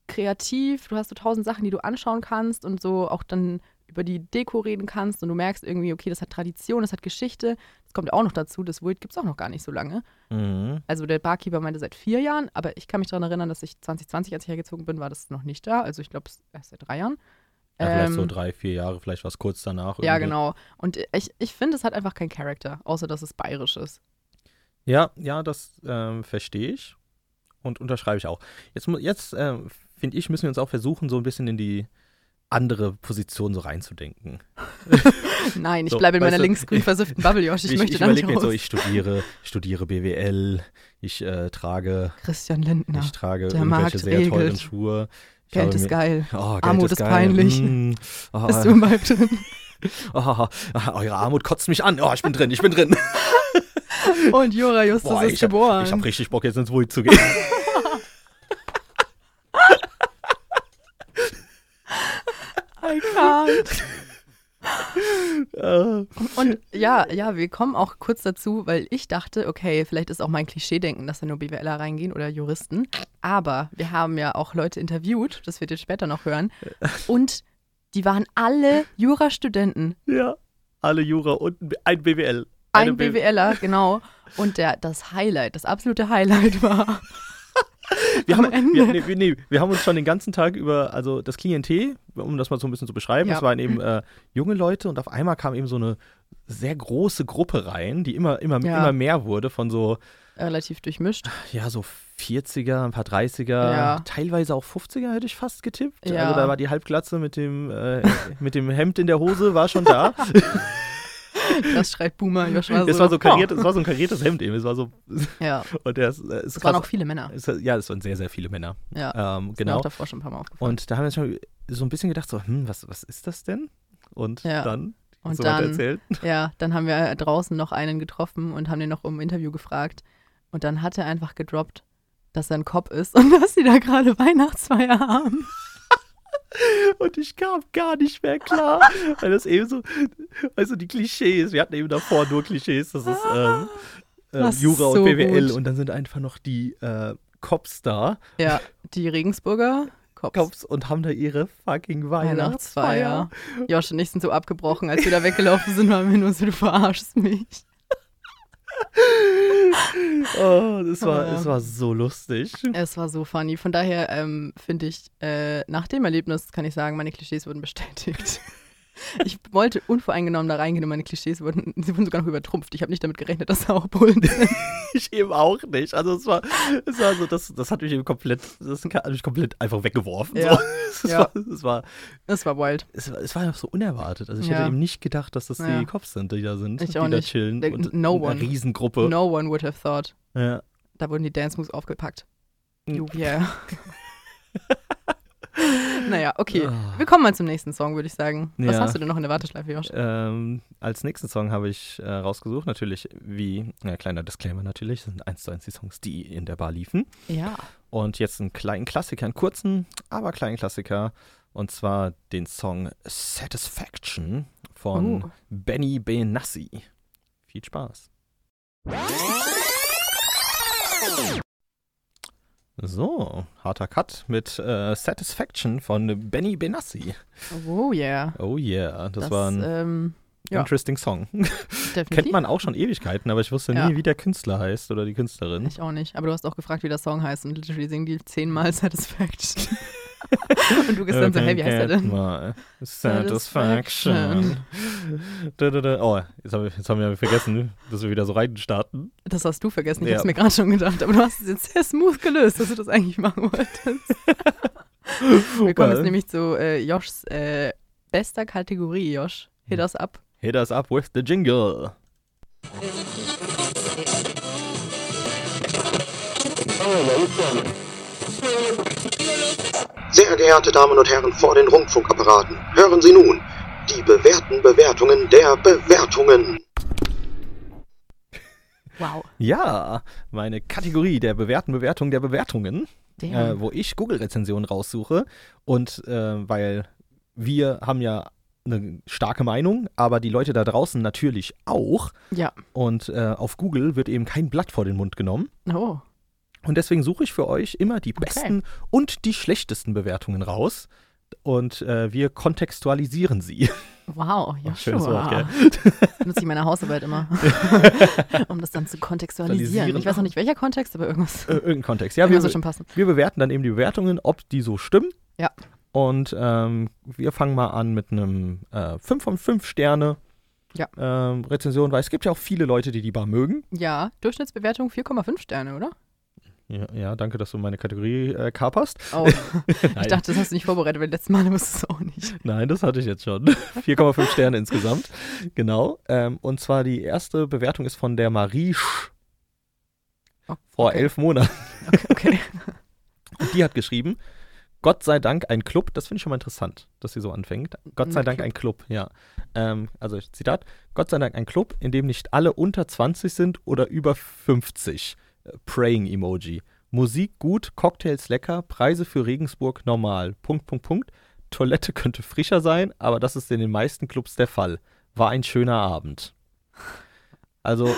A: kreativ, du hast so tausend Sachen, die du anschauen kannst und so auch dann über die Deko reden kannst und du merkst irgendwie, okay, das hat Tradition, das hat Geschichte. Das kommt auch noch dazu, das Wild gibt es auch noch gar nicht so lange.
D: Mhm.
A: Also der Barkeeper meinte seit vier Jahren, aber ich kann mich daran erinnern, dass ich 2020, als ich hergezogen bin, war das noch nicht da. Also ich glaube, es erst seit drei Jahren.
D: Ja, vielleicht so
A: Ähm,
D: drei, vier Jahre, vielleicht was kurz danach.
A: ja,
D: irgendwie.
A: genau. Und ich, ich finde, es hat einfach keinen Charakter, außer dass es bayerisch ist.
D: Ja, ja, das ähm, verstehe ich und unterschreibe ich auch. Jetzt, mu- jetzt ähm, finde ich, müssen wir uns auch versuchen, so ein bisschen in die andere Position so reinzudenken.
A: Nein, ich
D: So,
A: bleibe in
D: weißt
A: meiner
D: du,
A: linksgrün
D: ich-
A: versifften Bubble, Josh. Ich, möchte da nicht
D: überlege
A: raus.
D: jetzt so, ich studiere, studiere BWL, ich äh, trage,
A: Christian Lindner.
D: ich trage
A: Genau. der
D: irgendwelche
A: Markt
D: sehr teuren
A: regelt.
D: Schuhe. Ich
A: Geld
D: habe
A: ist
D: mir-
A: geil.
D: Oh, Geld
A: Armut ist
D: geil.
A: peinlich.
D: Mm. Oh,
A: Bist du im Vibe drin?
D: oh, oh, oh, eure Armut kotzt mich an. Oh, ich bin drin, ich bin drin.
A: Und Jura Justus
D: Boah,
A: ist
D: ich habe
A: geboren.
D: hab richtig Bock, jetzt ins Wui zu gehen.
A: I can't.
D: Äh,
A: Und ja, ja, wir kommen auch kurz dazu, weil ich dachte, okay, vielleicht ist auch mein Klischee-Denken, dass da nur BWLer reingehen oder Juristen. Aber wir haben ja auch Leute interviewt, das wird ihr später noch hören. Und die waren alle Jurastudenten.
D: Ja, alle Jura und ein BWL. Eine
A: Ein BWLer, genau. Und der, das Highlight, das absolute Highlight war,
D: wir, haben,
A: Am Ende.
D: wir, nee, wir- nee, wir haben uns schon den ganzen Tag über, also das Klientel, um das mal so ein bisschen zu beschreiben,
A: Ja.
D: es waren eben äh, junge Leute und auf einmal kam eben so eine sehr große Gruppe rein, die immer, immer,
A: Ja.
D: immer mehr wurde von so,
A: Relativ durchmischt.
D: ja, so 40er, ein paar 30er,
A: Ja.
D: teilweise auch 50er hätte ich fast getippt.
A: Ja.
D: Also da war die Halbglatze mit dem, äh, mit dem Hemd in der Hose, war schon da.
A: Also Das schreibt Boomer Joshua so.
D: es, war so kariert, es war so ein kariertes Hemd eben. Es war so,
A: Ja,
D: und der ist, äh, ist
A: es waren
D: krass.
A: auch viele Männer.
D: es, ja, es waren sehr, sehr viele Männer.
A: Ja,
D: ähm,
A: Ist mir
D: genau.
A: auch davor schon ein paar Mal aufgefallen.
D: Und da haben wir schon so ein bisschen gedacht, so, hm, was, was ist das denn? Und
A: Ja.
D: dann
A: Und
D: so weiter
A: dann,
D: erzählt.
A: ja, dann haben wir äh, draußen noch einen getroffen und haben den noch um ein Interview gefragt. Und dann hat er einfach gedroppt, dass er ein Cop ist und dass sie da gerade Weihnachtsfeier haben.
D: Und ich kam gar nicht mehr klar. weil das eben so, also die Klischees, wir hatten eben davor nur Klischees, das ist ähm, ähm,
A: Ah, Das ist
D: Jura
A: so
D: und BWL
A: gut.
D: und dann sind einfach noch die äh, Cops da
A: Ja, die Regensburger Cops.
D: Cops und haben da ihre fucking Weihnachtsfeier.
A: Weihnachtsfeier. Josh und ich sind so abgebrochen, als wir da weggelaufen sind, waren wir nur so, du verarschst mich.
D: Oh, das war,
A: Ah.
D: das war so lustig.
A: Es war so funny. Von daher ähm, finde ich, äh, nach dem Erlebnis kann ich sagen, meine Klischees wurden bestätigt. Ich wollte unvoreingenommen da reingehen und meine Klischees wurden, sie wurden sogar noch übertrumpft. Ich habe nicht damit gerechnet, dass da auch Bullen sind.
D: Ich eben auch nicht. Also es war, es war so, das, das hat mich eben komplett, das hat mich komplett einfach weggeworfen.
A: Ja.
D: So. Es,
A: Ja.
D: war, es war
A: Das war wild.
D: es war, es war einfach so unerwartet. Also ich
A: Ja.
D: hätte eben nicht gedacht, dass das
A: Ja.
D: die Cops sind, die da sind,
A: Ich
D: die
A: auch
D: da
A: nicht.
D: chillen.
A: Der-
D: und
A: no one.
D: Eine Riesengruppe.
A: No one would have thought.
D: Ja.
A: Da wurden die Dance Moves aufgepackt.
D: Hm.
A: You, yeah. naja, okay.
D: Ah.
A: Wir kommen mal zum nächsten Song, würde ich sagen. Was
D: Ja.
A: hast du denn noch in der Warteschleife, Josh?
D: Ähm, als nächsten Song habe ich äh, rausgesucht, natürlich wie, ja, kleiner Disclaimer natürlich, sind eins zu eins die Songs, die in der Bar liefen.
A: Ja.
D: Und jetzt einen kleinen Klassiker, einen kurzen, aber kleinen Klassiker. Und zwar den Song Satisfaction von
A: Oh.
D: Benny Benassi. Viel Spaß. So, harter Cut mit äh, Satisfaction von Benny Benassi.
A: Oh yeah.
D: Oh yeah, das, war ein
A: ähm, ja.
D: interesting Song.
A: definitiv.
D: Kennt man auch schon Ewigkeiten, aber ich wusste
A: Ja.
D: nie, wie der Künstler heißt oder die Künstlerin.
A: Ich auch nicht. Aber du hast auch gefragt, wie der Song heißt und literally singen die zehnmal Satisfaction. und du bist dann so, hey, wie heißt der denn?
D: Mal. Satisfaction. da, da, da. Oh, jetzt haben, wir, jetzt haben wir vergessen, dass wir wieder so reinstarten.
A: Das hast du vergessen, ich
D: Ja.
A: hab's mir gerade schon gedacht, aber du hast es jetzt sehr smooth gelöst, dass du das eigentlich machen wolltest. Wir kommen jetzt nämlich zu äh, Joshs äh, bester Kategorie, Josh. Hit us ab.
D: Hit us up with the jingle.
G: Sehr geehrte Damen und Herren vor den Rundfunkapparaten, hören Sie nun die bewährten Bewertungen der Bewertungen.
A: Wow.
D: Ja, meine Kategorie der bewährten Bewertung der Bewertungen, äh,
A: Damn.
D: wo ich Google-Rezensionen raussuche. Und äh, weil wir haben ja eine starke Meinung, aber die Leute da draußen natürlich auch.
A: ja.
D: Und äh, auf Google wird eben kein Blatt vor den Mund genommen.
A: Oh.
D: Und deswegen suche ich für euch immer die besten und die schlechtesten Bewertungen raus. Und äh, wir kontextualisieren sie.
A: Wow,
D: Ach,
A: Joshua.
D: schönes Wort, gell?
A: Das nutze ich in meiner Hausarbeit immer. um das dann zu kontextualisieren.
D: Kontextualisieren.
A: Ich weiß noch nicht, welcher Kontext, aber irgendwas.
D: Äh, irgendein Kontext. Ja,
A: irgendwas
D: wir,
A: wird schon passen.
D: wir bewerten dann eben die Bewertungen, ob die so stimmen.
A: Ja.
D: Und ähm, wir fangen mal an mit einem äh, 5 von 5 Sterne
A: Ja.
D: ähm, Rezension, weil es gibt ja auch viele Leute, die die Bar mögen.
A: Ja, Durchschnittsbewertung 4,5 Sterne, oder?
D: Ja, ja danke, dass du meine Kategorie äh, kaperst.
A: Oh, ich dachte, das hast du nicht vorbereitet, weil letztes Mal wusstest du es auch nicht.
D: Nein, das hatte ich jetzt schon. 4,5 Sterne insgesamt. Genau. Ähm, und zwar die erste Bewertung ist von der Marie Sch
A: Oh,
D: vor
A: okay.
D: elf Monaten.
A: Okay.
D: Und die hat geschrieben, Gott sei Dank ein Club, das finde ich schon mal interessant, dass sie so anfängt. Gott sei
A: Ein
D: Dank ein Club, ja. Ähm, also Zitat, Gott sei Dank ein Club, in dem nicht alle unter 20 sind oder über 50. Äh, Praying Emoji. Musik gut, Cocktails lecker, Preise für Regensburg normal. Punkt, Punkt, Punkt. Toilette könnte frischer sein, aber das ist in den meisten Clubs der Fall. War ein schöner Abend. Also,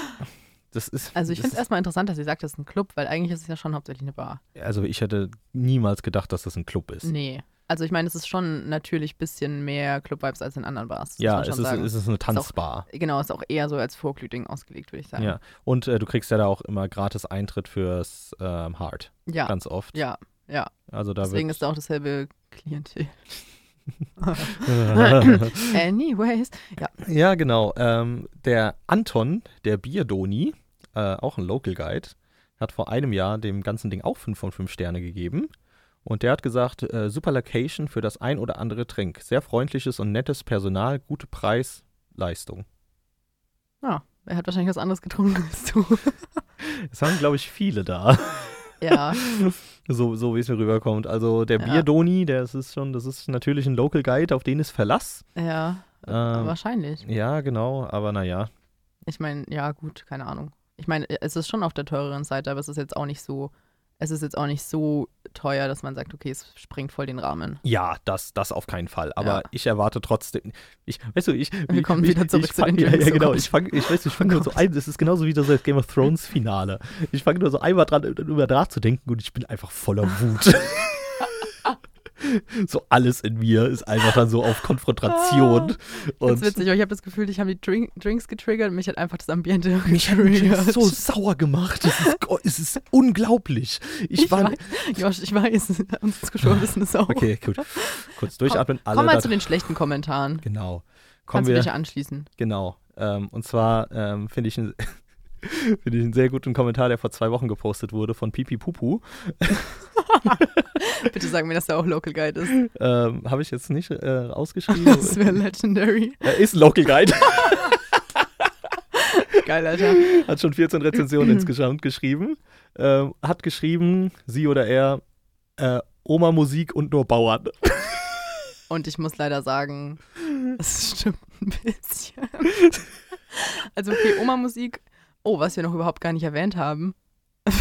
D: das ist.
A: Also ich
D: das
A: finde es erstmal interessant, dass sie sagt, das ist ein Club, weil eigentlich ist es ja schon hauptsächlich eine Bar.
D: ist- also ich hätte niemals gedacht, dass das ein Club ist.
A: Nee. Also ich meine, es ist schon natürlich ein bisschen mehr Club-Vibes als in anderen Bars. das muss
D: Ja,
A: man
D: es
A: schon
D: ist,
A: sagen.
D: es ist eine Tanzbar.
A: Genau, ist auch eher so als Folklüting ausgelegt, würde ich sagen.
D: Ja. Und äh, du kriegst ja da auch immer gratis Eintritt fürs ähm, Hard.
A: ja.
D: Ganz oft.
A: ja. ja.
D: Also da
A: Deswegen
D: wird,
A: ist da auch dasselbe Klientel.
D: ist
A: Anyways. Ja,
D: Ja, genau. Ähm, der Anton, der Bierdoni, äh, auch ein Local Guide, hat vor einem Jahr dem ganzen Ding auch 5 von 5 Sterne gegeben. Und der hat gesagt, äh, super Location für das ein oder andere Trink. Sehr freundliches und nettes Personal, gute Preis, Leistung.
A: er hat wahrscheinlich was anderes getrunken als du.
D: Das haben, glaube ich, viele da.
A: ja,
D: So, so wie es mir rüberkommt. Also der
A: Ja.
D: Bierdoni, der das ist schon, das ist natürlich ein Local Guide, auf den ist Verlass.
A: ja,
D: Ähm,
A: Äh, wahrscheinlich.
D: ja, genau, aber naja.
A: Ich meine, ja, gut, keine Ahnung. Ich meine, es ist schon auf der teureren Seite, aber es ist jetzt auch nicht so, es ist jetzt auch nicht so teuer, dass man sagt, okay, es springt voll den Rahmen.
D: Ja, das, das auf keinen Fall. Aber
A: Ja.
D: ich erwarte trotzdem. Ich, weißt du, ich.
A: Wir
D: ich-
A: kommen
D: ich,
A: wieder zurück
D: ich
A: zu
D: fang-
A: den
D: ja,
A: Drinks,
D: ja,
A: oh
D: genau.
A: Gott.
D: Ich fange, ich weiß, nicht, ich fange nur so ein. Das ist genauso wie das Game of Thrones Finale. Ich fange nur so einmal dran, über nachzudenken und ich bin einfach voller Wut. so alles in mir ist einfach dann so auf
A: Ah,
D: Konfrontation.
A: Das ist
D: und
A: witzig, aber ich habe das Gefühl, ich habe die Drink, Drinks getriggert und mich hat einfach das Ambiente
D: mich hat
A: getriggert.
D: mich so sauer gemacht. Es ist, oh, es ist unglaublich. Ich,
A: ich
D: war.
A: weiß, Josh, ich weiß, uns schon ein bisschen sauer.
D: Okay, gut. Kurz durchatmen. alle
A: Komm mal
D: da-
A: zu den schlechten Kommentaren.
D: Genau. Kommen
A: Kannst du
D: wir.
A: dich anschließen.
D: Genau. Ähm, und zwar ähm, finde ich, einen- finde ich einen sehr guten Kommentar, der vor zwei Wochen gepostet wurde von Pipi Pupu.
A: Bitte sag mir, dass der auch Local Guide ist.
D: Ähm, Habe ich jetzt nicht äh, ausgeschrieben.
A: Das wäre legendary.
D: Er ist ein Local Guide.
A: Geil, Alter.
D: Hat schon 14 Rezensionen insgesamt geschrieben. Ähm, hat geschrieben, sie oder er, äh, Oma Musik und nur Bauern.
A: Und ich muss leider sagen, es stimmt ein bisschen. Also, okay, Oma-Musik. Oh, was wir noch überhaupt gar nicht erwähnt haben.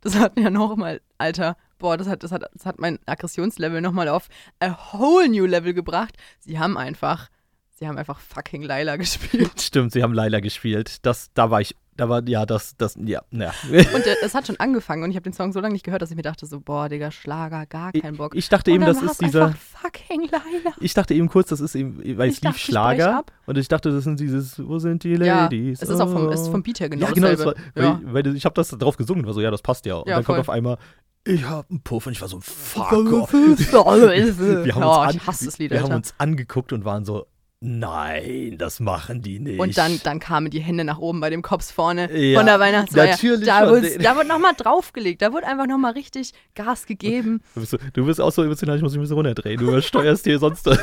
A: Das hat mir nochmal, Alter, boah, das hat, das, hat, das hat mein Aggressionslevel nochmal auf a whole new level gebracht. Sie haben einfach, sie haben einfach fucking Laila gespielt.
D: Stimmt, sie haben Laila gespielt. Das, da war ich, da war, ja, das, das, ja, naja.
A: Und äh, es hat schon angefangen und ich habe den Song so lange nicht gehört, dass ich mir dachte so, boah, Digga, Schlager, gar keinen Bock.
D: Ich dachte
A: und
D: eben,
A: dann
D: das
A: war's
D: ist dieser.
A: einfach fucking Laila.
D: Ich dachte eben kurz, das ist eben, weil
A: Ich
D: es lief
A: dachte, ich brech
D: Schlager.
A: ab.
D: Und ich dachte, das sind dieses, wo sind die
A: Ja,
D: Ladies?
A: es ist auch vom,
D: Oh.
A: es ist vom Beat her genau
D: ja, genau, das war,
A: dasselbe.
D: weil
A: ja.
D: ich, weil das- ich habe das drauf gesungen und war so, ja, das passt ja. Und
A: Ja,
D: dann
A: voll.
D: kommt auf einmal, ich hab einen Puff und ich war so, fuck off.
A: Wir
D: Wir haben,
A: oh,
D: uns, an,
A: ich hasse das Lied,
D: wir
A: Alter.
D: haben uns angeguckt und waren so, nein, das machen die nicht.
A: und dann, dann kamen die Hände nach oben bei dem Kops vorne
D: Ja,
A: von der Weihnachtsfeier.
D: natürlich
A: da
D: von
A: wurde,
D: denen.
A: da wurde nochmal draufgelegt. Da wurde einfach nochmal richtig Gas gegeben.
D: Du bist, so, du bist auch so emotional, ich muss mich ein bisschen runterdrehen. Du übersteuerst hier sonst.
A: Das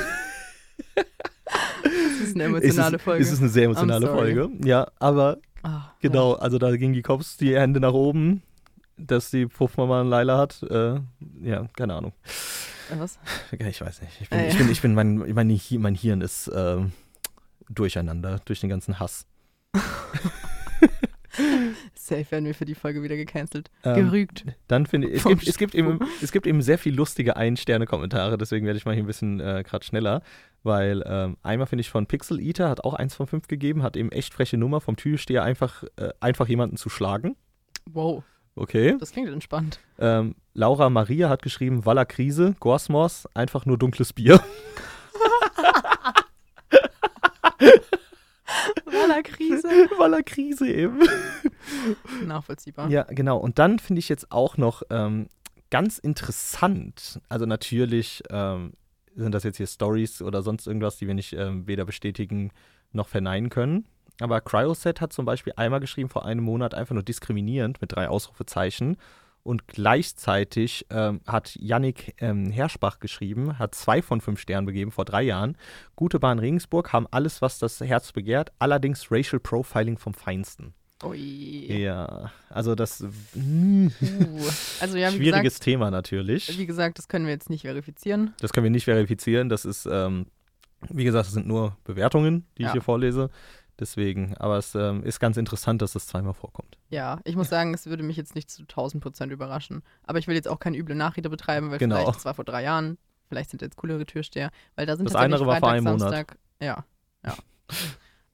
A: ist eine
D: Es
A: emotionale
D: ist,
A: Folge.
D: es ist eine sehr emotionale
A: sorry.
D: Folge. Ja, aber
A: Ah,
D: Genau, also da gingen die Cops die Hände nach oben, dass die Puffmama einen Leila hat. Äh, ja, keine Ahnung.
A: Ja. Äh, Was?
D: Ich weiß nicht. Ich bin,
A: Äh,
D: ich bin, ich bin mein, mein, Hi- mein Hirn ist ähm, durcheinander durch den ganzen Hass.
A: Safe werden wir für die Folge wieder gecancelt.
D: Ähm,
A: Gerügt.
D: Dann finde ich, es
A: Vom
D: gibt, es, gibt eben, es gibt eben sehr viel lustige Ein-Sterne-Kommentare, deswegen werde ich mal hier ein bisschen äh, gerade schneller, weil ähm, einmal finde ich von Pixel Eater, hat auch eins von fünf gegeben, hat eben echt freche Nummer, vom Türsteher einfach, äh, einfach jemanden zu schlagen.
A: Wow,
D: Okay.
A: das klingt entspannt.
D: Ähm, Laura Maria hat geschrieben, Walla Krise, Gorsmos, einfach nur dunkles Bier.
A: Voller Krise.
D: Walla Krise eben.
A: Nachvollziehbar.
D: Ja, genau. Und dann finde ich jetzt auch noch ähm, ganz interessant, also natürlich ähm, sind das jetzt hier Stories oder sonst irgendwas, die wir nicht ähm, weder bestätigen noch verneinen können. Aber Cryoset hat zum Beispiel einmal geschrieben, vor einem Monat einfach nur diskriminierend mit drei Ausrufezeichen. Und gleichzeitig ähm, hat Yannick ähm, Herschbach geschrieben, hat zwei von fünf Sternen begeben vor drei Jahren. Gute Bahn Regensburg haben alles, was das Herz begehrt, allerdings Racial Profiling vom Feinsten.
A: Ui.
D: Ja, also das mh,
A: Uh. Also ja, wie
D: schwieriges
A: gesagt,
D: Thema natürlich.
A: wie gesagt, das können wir jetzt nicht verifizieren.
D: Das können wir nicht verifizieren. Das ist, ähm, wie gesagt, das sind nur Bewertungen, die
A: Ja.
D: ich hier vorlese. Deswegen, aber es ähm, ist ganz interessant, dass das zweimal vorkommt.
A: Ja, ich muss sagen, es würde mich jetzt nicht zu 1000 Prozent überraschen. Aber ich will jetzt auch keine üble Nachrede betreiben, weil
D: Genau.
A: vielleicht, das war vor drei Jahren, vielleicht sind jetzt coolere Türsteher, weil da sind
D: Das
A: tatsächlich
D: andere war vor
A: Freitag,
D: einem Monat.
A: Samstag, ja, ja.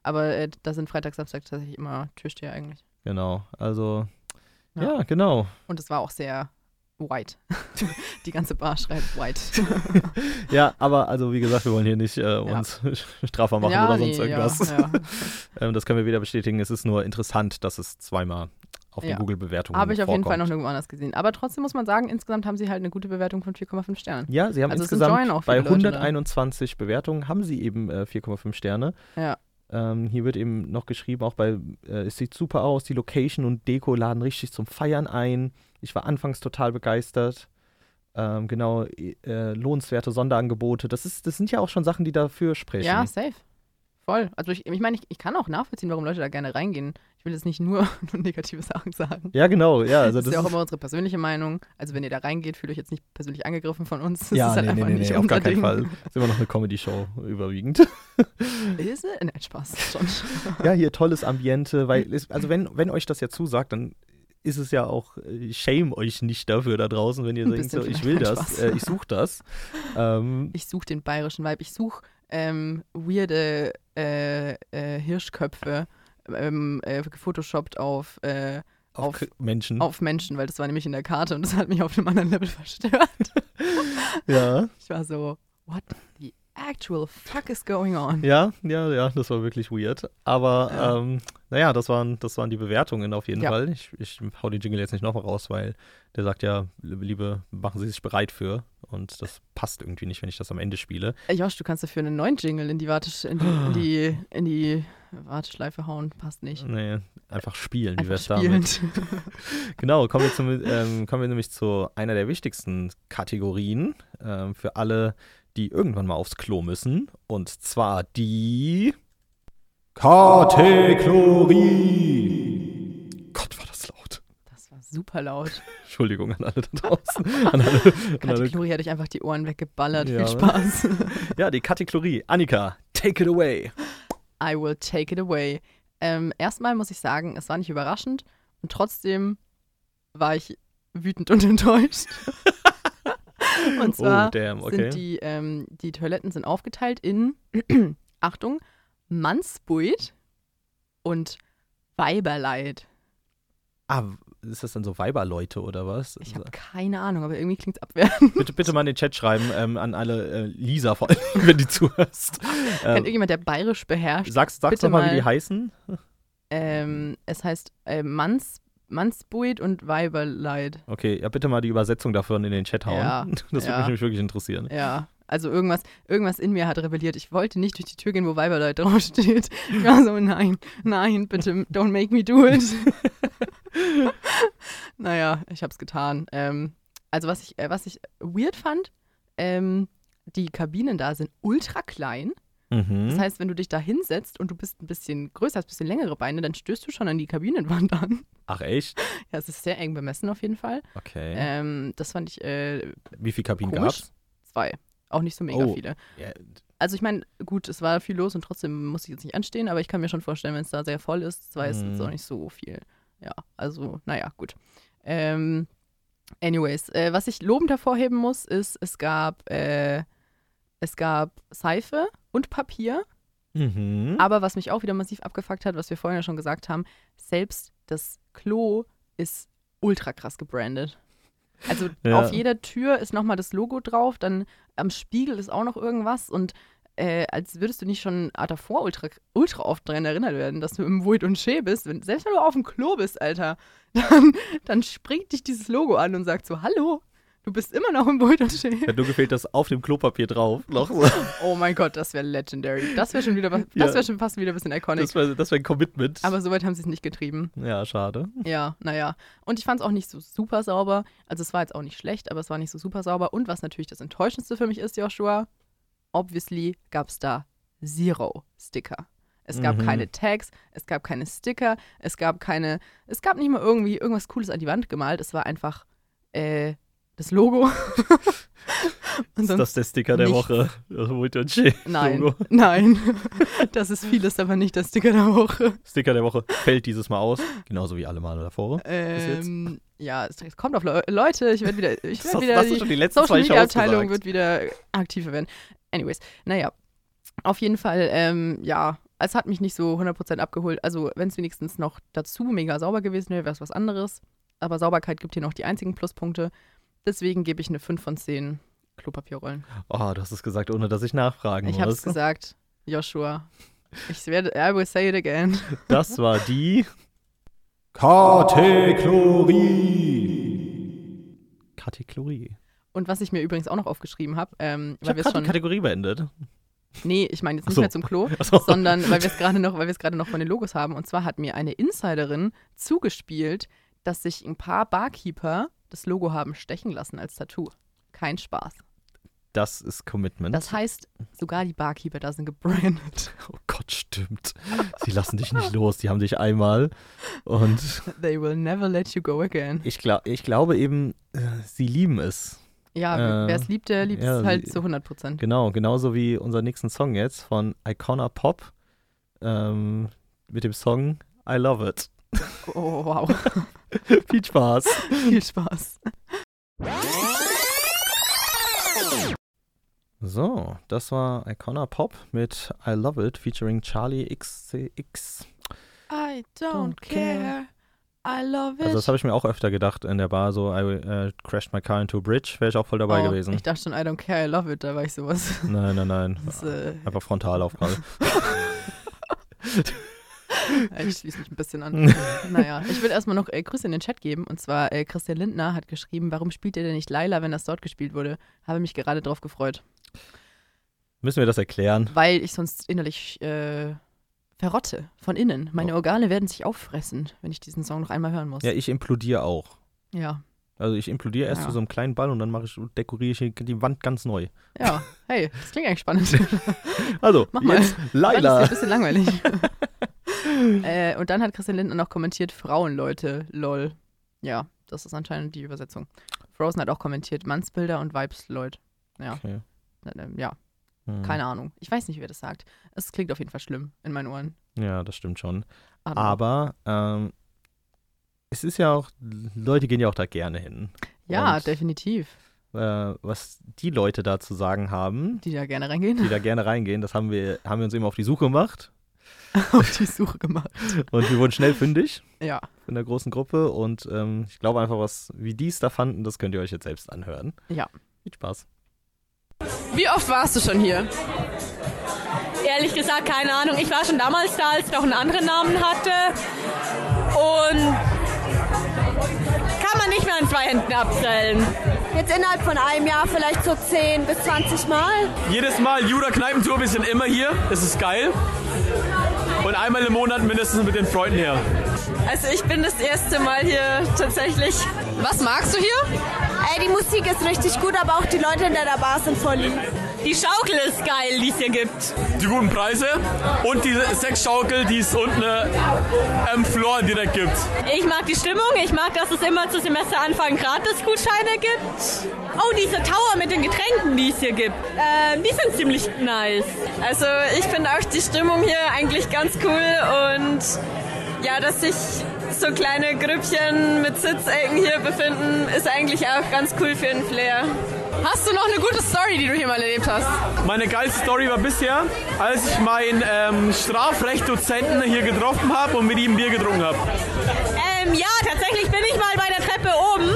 A: Aber äh, da sind Freitag, Samstag tatsächlich immer Türsteher eigentlich.
D: Genau, also, ja,
A: Ja.
D: genau.
A: Und es war auch sehr White. Die ganze Bar schreibt White.
D: Ja, aber also wie gesagt, wir wollen hier nicht äh, uns straffer machen oder sonst
A: nee,
D: irgendwas.
A: Ja, ja.
D: Ähm, das können wir weder bestätigen. Es ist nur interessant, dass es zweimal auf
A: Ja.
D: den Google-Bewertungen
A: Habe ich auf jeden Fall noch
D: vorkommt.
A: nirgendwo anders gesehen. Aber trotzdem muss man sagen, insgesamt haben sie halt eine gute Bewertung von 4,5 Sternen.
D: Ja, sie haben
A: Also es enjoyen auch
D: insgesamt bei
A: viele Leute, ne?
D: 121 Bewertungen haben sie eben äh, 4,5 Sterne.
A: Ja.
D: Ähm, hier wird eben noch geschrieben, auch bei, äh, es sieht super aus, die Location und Deko laden richtig zum Feiern ein. Ich war anfangs total begeistert. Ähm, genau, äh, lohnenswerte Sonderangebote. Das, ist, das sind ja auch schon Sachen, die dafür sprechen.
A: Ja, safe. Voll. Also ich, ich meine, ich, ich kann auch nachvollziehen, warum Leute da gerne reingehen. Ich will jetzt nicht nur, nur negative Sachen sagen.
D: ja genau. Ja, also
A: das, ist ja
D: das
A: auch
D: ist-
A: immer unsere persönliche Meinung. Also wenn ihr da reingeht, fühlt euch jetzt nicht persönlich angegriffen von uns. Das
D: ja,
A: ist halt
D: nee, nee,
A: einfach
D: nee,
A: nicht
D: nee, auf gar
A: unser
D: keinen
A: Ding.
D: Fall. Ist immer noch eine Comedy-Show überwiegend.
A: Ist es? Nein, Spaß. Schon.
D: ja, hier tolles Ambiente, weil, es, also wenn, wenn euch das ja zusagt, dann ist es ja auch, äh, shame euch nicht dafür da draußen, wenn ihr
A: Ein
D: denkt,
A: bisschen
D: so, ich
A: vielleicht
D: will
A: kein
D: das,
A: Spaß.
D: äh, ich suche das. Ähm,
A: Ich suche den bayerischen Vibe. Ich suche ähm, weirde äh, äh, Hirschköpfe, ähm, äh, gefotoshoppt auf, äh,
D: auf,
A: auf,
D: K- Menschen.
A: auf Menschen, weil das war nämlich in der Karte und das hat mich auf einem anderen Level verstört.
D: Ja,
A: Ich war so, what the actual fuck is going on?
D: ja, ja, ja, das war wirklich weird. Aber
A: Ja.
D: ähm, naja, das waren, das waren die Bewertungen auf jeden
A: Ja.
D: Fall. Ich, ich hau den Jingle jetzt nicht nochmal raus, weil der sagt ja, liebe, machen Sie sich bereit für. Und das passt irgendwie nicht, wenn ich das am Ende spiele.
A: Äh, Josh, du kannst dafür einen neuen Jingle in die, Wartesch in die, in die, in die Warteschleife hauen. Passt nicht.
D: Nee, einfach spielen,
A: Einfach
D: wie wär's damit?
A: spielend.
D: Genau, kommen wir, zum, ähm, kommen wir nämlich zu einer der wichtigsten Kategorien ähm, für alle, die irgendwann mal aufs Klo müssen. Und zwar die. Kategorie! Gott, war das laut.
A: Das war super laut.
D: Entschuldigung an alle da draußen. An alle, an alle.
A: Kategorie hatte ich einfach die Ohren weggeballert.
D: Genau, Ja. ne?
A: Viel Spaß.
D: Ja, die Kategorie. Annika, take it away.
A: I will take it away. Ähm, erstmal muss ich sagen, es war nicht überraschend und trotzdem war ich wütend und enttäuscht. und zwar
D: oh, damn, okay.
A: sind die, ähm, die Toiletten sind aufgeteilt in, Achtung, Mannsbuit und Weiberleid.
D: ah, ist das dann so Weiberleute oder was? Also,
A: Ich habe keine Ahnung, aber irgendwie klingt es abwertend.
D: Bitte, bitte mal in den Chat schreiben ähm, an alle äh, Lisa, vor allem, wenn die zuhörst.
A: Kennt
D: Ähm,
A: irgendjemand, der bayerisch beherrscht?
D: sagst sagst
A: bitte
D: doch mal, wie die
A: mal-
D: heißen.
A: Ähm, es heißt äh, Manns, Mannsbuit und Weiberleid.
D: Okay, ja, bitte mal die Übersetzung davon in den Chat hauen.
A: Ja,
D: das würde
A: ja.
D: mich nämlich wirklich interessieren.
A: Ja, also irgendwas, irgendwas in mir hat rebelliert. Ich wollte nicht durch die Tür gehen, wo Weiberleid draufsteht. Ich war so, nein, nein, bitte, don't make me do it. naja, ich hab's getan. Ähm, also was ich, äh, was ich weird fand, ähm, die Kabinen da sind ultra klein.
D: Mhm.
A: Das heißt, wenn du dich da hinsetzt und du bist ein bisschen größer, hast ein bisschen längere Beine, dann stößt du schon an die Kabinenwand an.
D: Ach echt?
A: Ja, es ist sehr eng bemessen auf jeden Fall.
D: Okay.
A: Ähm, das fand ich äh,
D: wie viele Kabinen
A: komisch.
D: gab's?
A: zwei. Auch nicht so mega
D: Oh.
A: viele.
D: Ja,
A: Also ich meine, gut, es war viel los und trotzdem muss ich jetzt nicht anstehen, aber ich kann mir schon vorstellen, wenn es da sehr voll ist, zwei ist
D: Mhm.
A: jetzt auch nicht so viel. Ja, also naja, gut. Ähm, anyways, äh, was ich lobend hervorheben muss, ist, es gab, äh, es gab Seife und Papier,
D: mhm.
A: aber was mich auch wieder massiv abgefuckt hat, was wir vorhin ja schon gesagt haben, selbst das Klo ist ultra krass gebrandet. Also
D: Ja.
A: auf jeder Tür ist nochmal das Logo drauf, dann am Spiegel ist auch noch irgendwas und äh, als würdest du nicht schon ah, davor ultra, ultra oft daran erinnert werden, dass du im Void und Shea bist. Wenn, selbst wenn du auf dem Klo bist, Alter, dann, dann springt dich dieses Logo an und sagt so, hallo, du bist immer noch im Void und Shea.
D: Hat nur gefehlt, dass auf dem Klopapier drauf noch so.
A: Oh mein Gott, das wäre legendary. Das wäre schon wieder, was-
D: Ja.
A: das wäre schon fast wieder ein bisschen iconic.
D: Das wäre das wär ein Commitment.
A: Aber soweit haben sie es nicht getrieben.
D: ja, schade.
A: Ja, naja. Und ich fand es auch nicht so super sauber. Also es war jetzt auch nicht schlecht, aber es war nicht so super sauber. Und was natürlich das Enttäuschendste für mich ist, Joshua, obviously gab es da Zero Sticker. Es gab
D: Mhm.
A: keine Tags, es gab keine Sticker, es gab keine, es gab nicht mal irgendwie irgendwas Cooles an die Wand gemalt. Es war einfach äh, das Logo. Und
D: Ist das der Sticker der
A: nichts.
D: Woche? Also, Das Wut und Shit
A: nein,
D: Logo.
A: nein. Das ist vieles, aber nicht der Sticker der Woche.
D: Sticker der Woche fällt dieses Mal aus, genauso wie alle Male davor. jetzt?
A: Ähm, ja, es, es kommt auf Leu Leute. Ich werde wieder, ich
D: Das
A: werd
D: hast-
A: wieder
D: hast du
A: die
D: schon die letzten
A: Social
D: zwei
A: Media
D: Shows
A: Abteilung
D: gesagt.
A: wird wieder aktiver werden. Anyways, naja, auf jeden Fall, ähm, ja, es hat mich nicht so 100% abgeholt. Also wenn es wenigstens noch dazu mega sauber gewesen wäre, wäre es was anderes. Aber Sauberkeit gibt hier noch die einzigen Pluspunkte. Deswegen gebe ich eine 5 von 10 Klopapierrollen.
D: Oh, du hast es gesagt, ohne dass ich nachfragen
A: Ich habe es
D: muss.
A: gesagt, Joshua. Ich werde, I will say it again.
D: Das war die Kategorie.
A: Und was ich mir übrigens auch noch aufgeschrieben habe, ähm,
D: Ich
A: weil
D: habe
A: wir es
D: gerade die
A: schon,
D: Kategorie beendet.
A: nee, ich meine jetzt
D: Ach
A: nicht
D: so.
A: mehr zum Klo,
D: Achso.
A: sondern weil wir es gerade noch, weil wir es gerade noch von den Logos haben. Und zwar hat mir eine Insiderin zugespielt, dass sich ein paar Barkeeper das Logo haben stechen lassen als Tattoo. Kein Spaß.
D: Das ist Commitment.
A: Das heißt, sogar die Barkeeper da sind gebrandet.
D: oh Gott, stimmt. Sie lassen dich nicht los, die haben dich einmal. Und
A: They will never let you go again.
D: ich, glaub, ich glaube eben, äh, sie lieben es.
A: Ja,
D: Äh,
A: wer es liebt, der liebt es
D: ja,
A: halt
D: sie-
A: zu 100 Prozent.
D: Genau, genauso wie unseren nächsten Song jetzt von Icona Pop ähm, mit dem Song I Love It.
A: Oh, wow.
D: Viel Spaß.
A: Viel Spaß.
D: So, das war Icona Pop mit I Love It featuring Charlie XCX.
A: I
D: Don't care.
A: I love
D: Also das habe ich mir auch öfter gedacht in der Bar, so I äh, crashed my car into a bridge, wäre ich auch voll dabei
A: oh,
D: gewesen.
A: Ich dachte schon, I don't care, I love it, da war ich sowas.
D: Nein, nein, nein.
A: Das, äh,
D: Einfach frontal aufgefallen.
A: ich schließe mich ein bisschen an. naja, ich will erstmal noch äh, Grüße in den Chat geben. Und zwar äh, Christian Lindner hat geschrieben, warum spielt ihr denn nicht Laila, wenn das dort gespielt wurde? Habe mich gerade drauf gefreut.
D: Müssen wir das erklären?
A: Weil ich sonst innerlich äh, verrotte von innen. Meine Organe werden sich auffressen, wenn ich diesen Song noch einmal hören muss.
D: Oh. Ja, ich implodiere auch.
A: ja.
D: Also ich implodiere erst
A: Ja.
D: zu so einem kleinen Ball und dann mache ich, dekoriere ich hier die Wand ganz neu.
A: Ja, hey, das klingt eigentlich spannend.
D: Also,
A: Mach mal.
D: jetzt
A: Das
D: Laila.
A: ist ja ein bisschen langweilig. äh, und dann hat Christian Lindner noch kommentiert, Frauenleute, lol. Ja, das ist anscheinend die Übersetzung. Frozen hat auch kommentiert, Mannsbilder und Weibsleut. Ja.
D: Okay.
A: Ähm, Ja,
D: Hm.
A: keine Ahnung. Ich weiß nicht, wer das sagt. Es klingt auf jeden Fall schlimm in meinen Ohren.
D: Ja, das stimmt schon.
A: Aber,
D: Aber ähm, es ist ja auch, Leute gehen ja auch da gerne hin.
A: ja,
D: und-
A: definitiv.
D: Äh, was die Leute da zu sagen haben,
A: Die da gerne reingehen,
D: die da gerne reingehen, das haben wir, haben wir uns eben auf die Suche gemacht
A: auf die Suche gemacht.
D: und wir wurden schnell fündig
A: Ja,
D: in der großen Gruppe und ähm, ich glaube einfach, was wie die es da fanden, das könnt ihr euch jetzt selbst anhören.
A: ja.
D: Viel Spaß.
H: Wie oft warst du schon hier?
I: Ehrlich gesagt, keine Ahnung. Ich war schon damals da, als es noch einen anderen Namen hatte. Und kann man nicht mehr an zwei Händen abzählen.
J: Jetzt innerhalb von einem Jahr vielleicht so 10 bis 20 Mal.
K: Jedes Mal Judah Kneipentour, wir sind immer hier. Es ist geil. Und einmal im Monat mindestens mit den Freunden hier.
I: Also ich bin das erste Mal hier tatsächlich.
H: Was magst du hier?
J: Ey, die Musik ist richtig gut, aber auch die Leute in der Bar sind voll lieb.
I: Die Schaukel ist geil, die es hier gibt.
K: Die guten Preise und die Sexschaukel, die es unten äh, am Floor direkt gibt.
I: Ich mag die Stimmung, ich mag, dass es immer zu Semesteranfang Gratis-Gutscheine gibt. Oh, diese Tower mit den Getränken, die es hier gibt. Ähm, die sind ziemlich nice. Also ich finde auch die Stimmung hier eigentlich ganz cool und ja, dass sich so kleine Grüppchen mit Sitzecken hier befinden, ist eigentlich auch ganz cool für den Flair.
H: Hast du noch eine gute Story, die du hier mal erlebt hast?
K: Meine geilste Story war bisher, als ich meinen ähm, Strafrechtdozenten hier getroffen habe und mit ihm Bier getrunken habe.
I: Ähm, ja, tatsächlich bin ich mal bei der Treppe oben.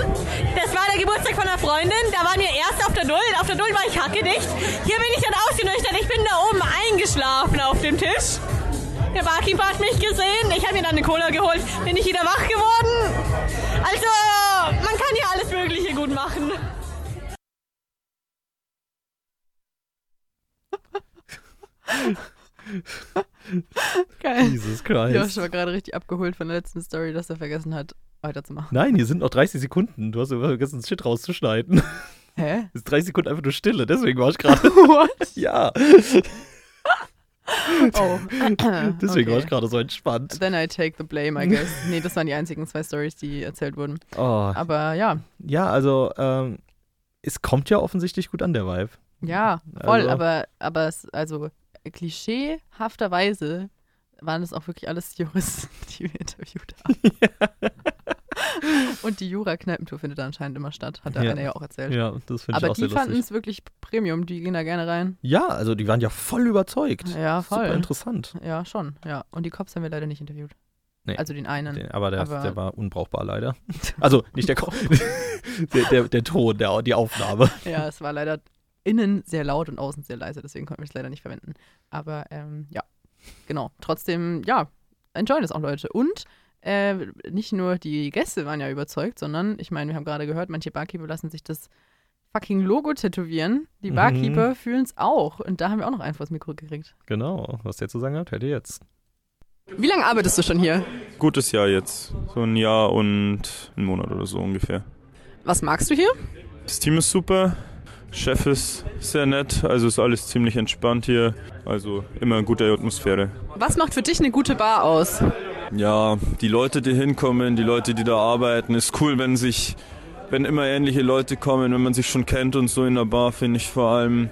I: Das war der Geburtstag von einer Freundin. Da waren wir erst auf der Duld. Auf der Duld war ich hackedicht. Hier bin ich dann ausgenüchtert. Ich bin da oben eingeschlafen auf dem Tisch. Der Barkeeper hat mich gesehen. Ich habe mir dann eine Cola geholt. Bin ich wieder wach geworden. Also, man kann ja alles Mögliche gut machen.
A: Geil.
D: Jesus Christ.
A: Josh war gerade richtig abgeholt von der letzten Story, dass er vergessen hat, weiterzumachen.
D: Nein, hier sind noch 30 Sekunden. Du hast vergessen, das Shit rauszuschneiden.
A: Hä?
D: Das ist 30 Sekunden einfach nur Stille, deswegen war ich gerade.
A: What?
D: ja,
A: Oh.
D: deswegen war
A: okay.
D: ich gerade so entspannt.
A: Then I take the blame, I guess. Nee, das waren die einzigen zwei Stories, die erzählt wurden.
D: Oh.
A: Aber ja,
D: Ja, also, ähm, es kommt ja offensichtlich gut an, der Vibe.
A: ja, voll.
D: Also-
A: Aber, aber es, also klischeehafterweise waren es auch wirklich alles Juristen, die wir interviewt haben. Und die Jura-Kneipentour findet da anscheinend immer statt, hat der
D: Ja.
A: eine ja auch erzählt.
D: Ja, das finde ich
A: aber
D: auch
A: die
D: sehr
A: fanden
D: lustig.
A: es wirklich Premium, die gehen da gerne rein.
D: Ja, also, die waren ja voll überzeugt.
A: Ja,
D: Super
A: voll.
D: interessant.
A: Ja, schon, ja. Und die Cops haben wir leider nicht interviewt.
D: Nee.
A: Also den einen.
D: Den- Aber der,
A: Aber-
D: der war unbrauchbar leider. Also, nicht der Kopf. Der, der, der Ton, der, die Aufnahme.
A: Ja, es war leider innen sehr laut und außen sehr leise, deswegen konnten wir es leider nicht verwenden. Aber ähm, ja, genau. Trotzdem, ja, enjoyen es auch Leute. Und äh, nicht nur die Gäste waren ja überzeugt, sondern ich meine, wir haben gerade gehört, manche Barkeeper lassen sich das fucking Logo tätowieren. Die Barkeeper
D: Mhm.
A: fühlen es auch. Und da haben wir auch noch einen vors Mikro gekriegt.
D: Genau, was der zu sagen hat, hört ihr jetzt.
A: Wie lange arbeitest du schon hier?
E: Gutes Jahr jetzt. So ein Jahr und ein Monat oder so ungefähr.
A: Was magst du hier?
E: Das Team ist super. Chef ist sehr nett. Also ist alles ziemlich entspannt hier. Also immer eine gute Atmosphäre.
A: Was macht für dich eine gute Bar aus?
E: Ja, die Leute, die hinkommen, die Leute, die da arbeiten, ist cool, wenn sich, wenn immer ähnliche Leute kommen, wenn man sich schon kennt und so in der Bar, finde ich vor allem.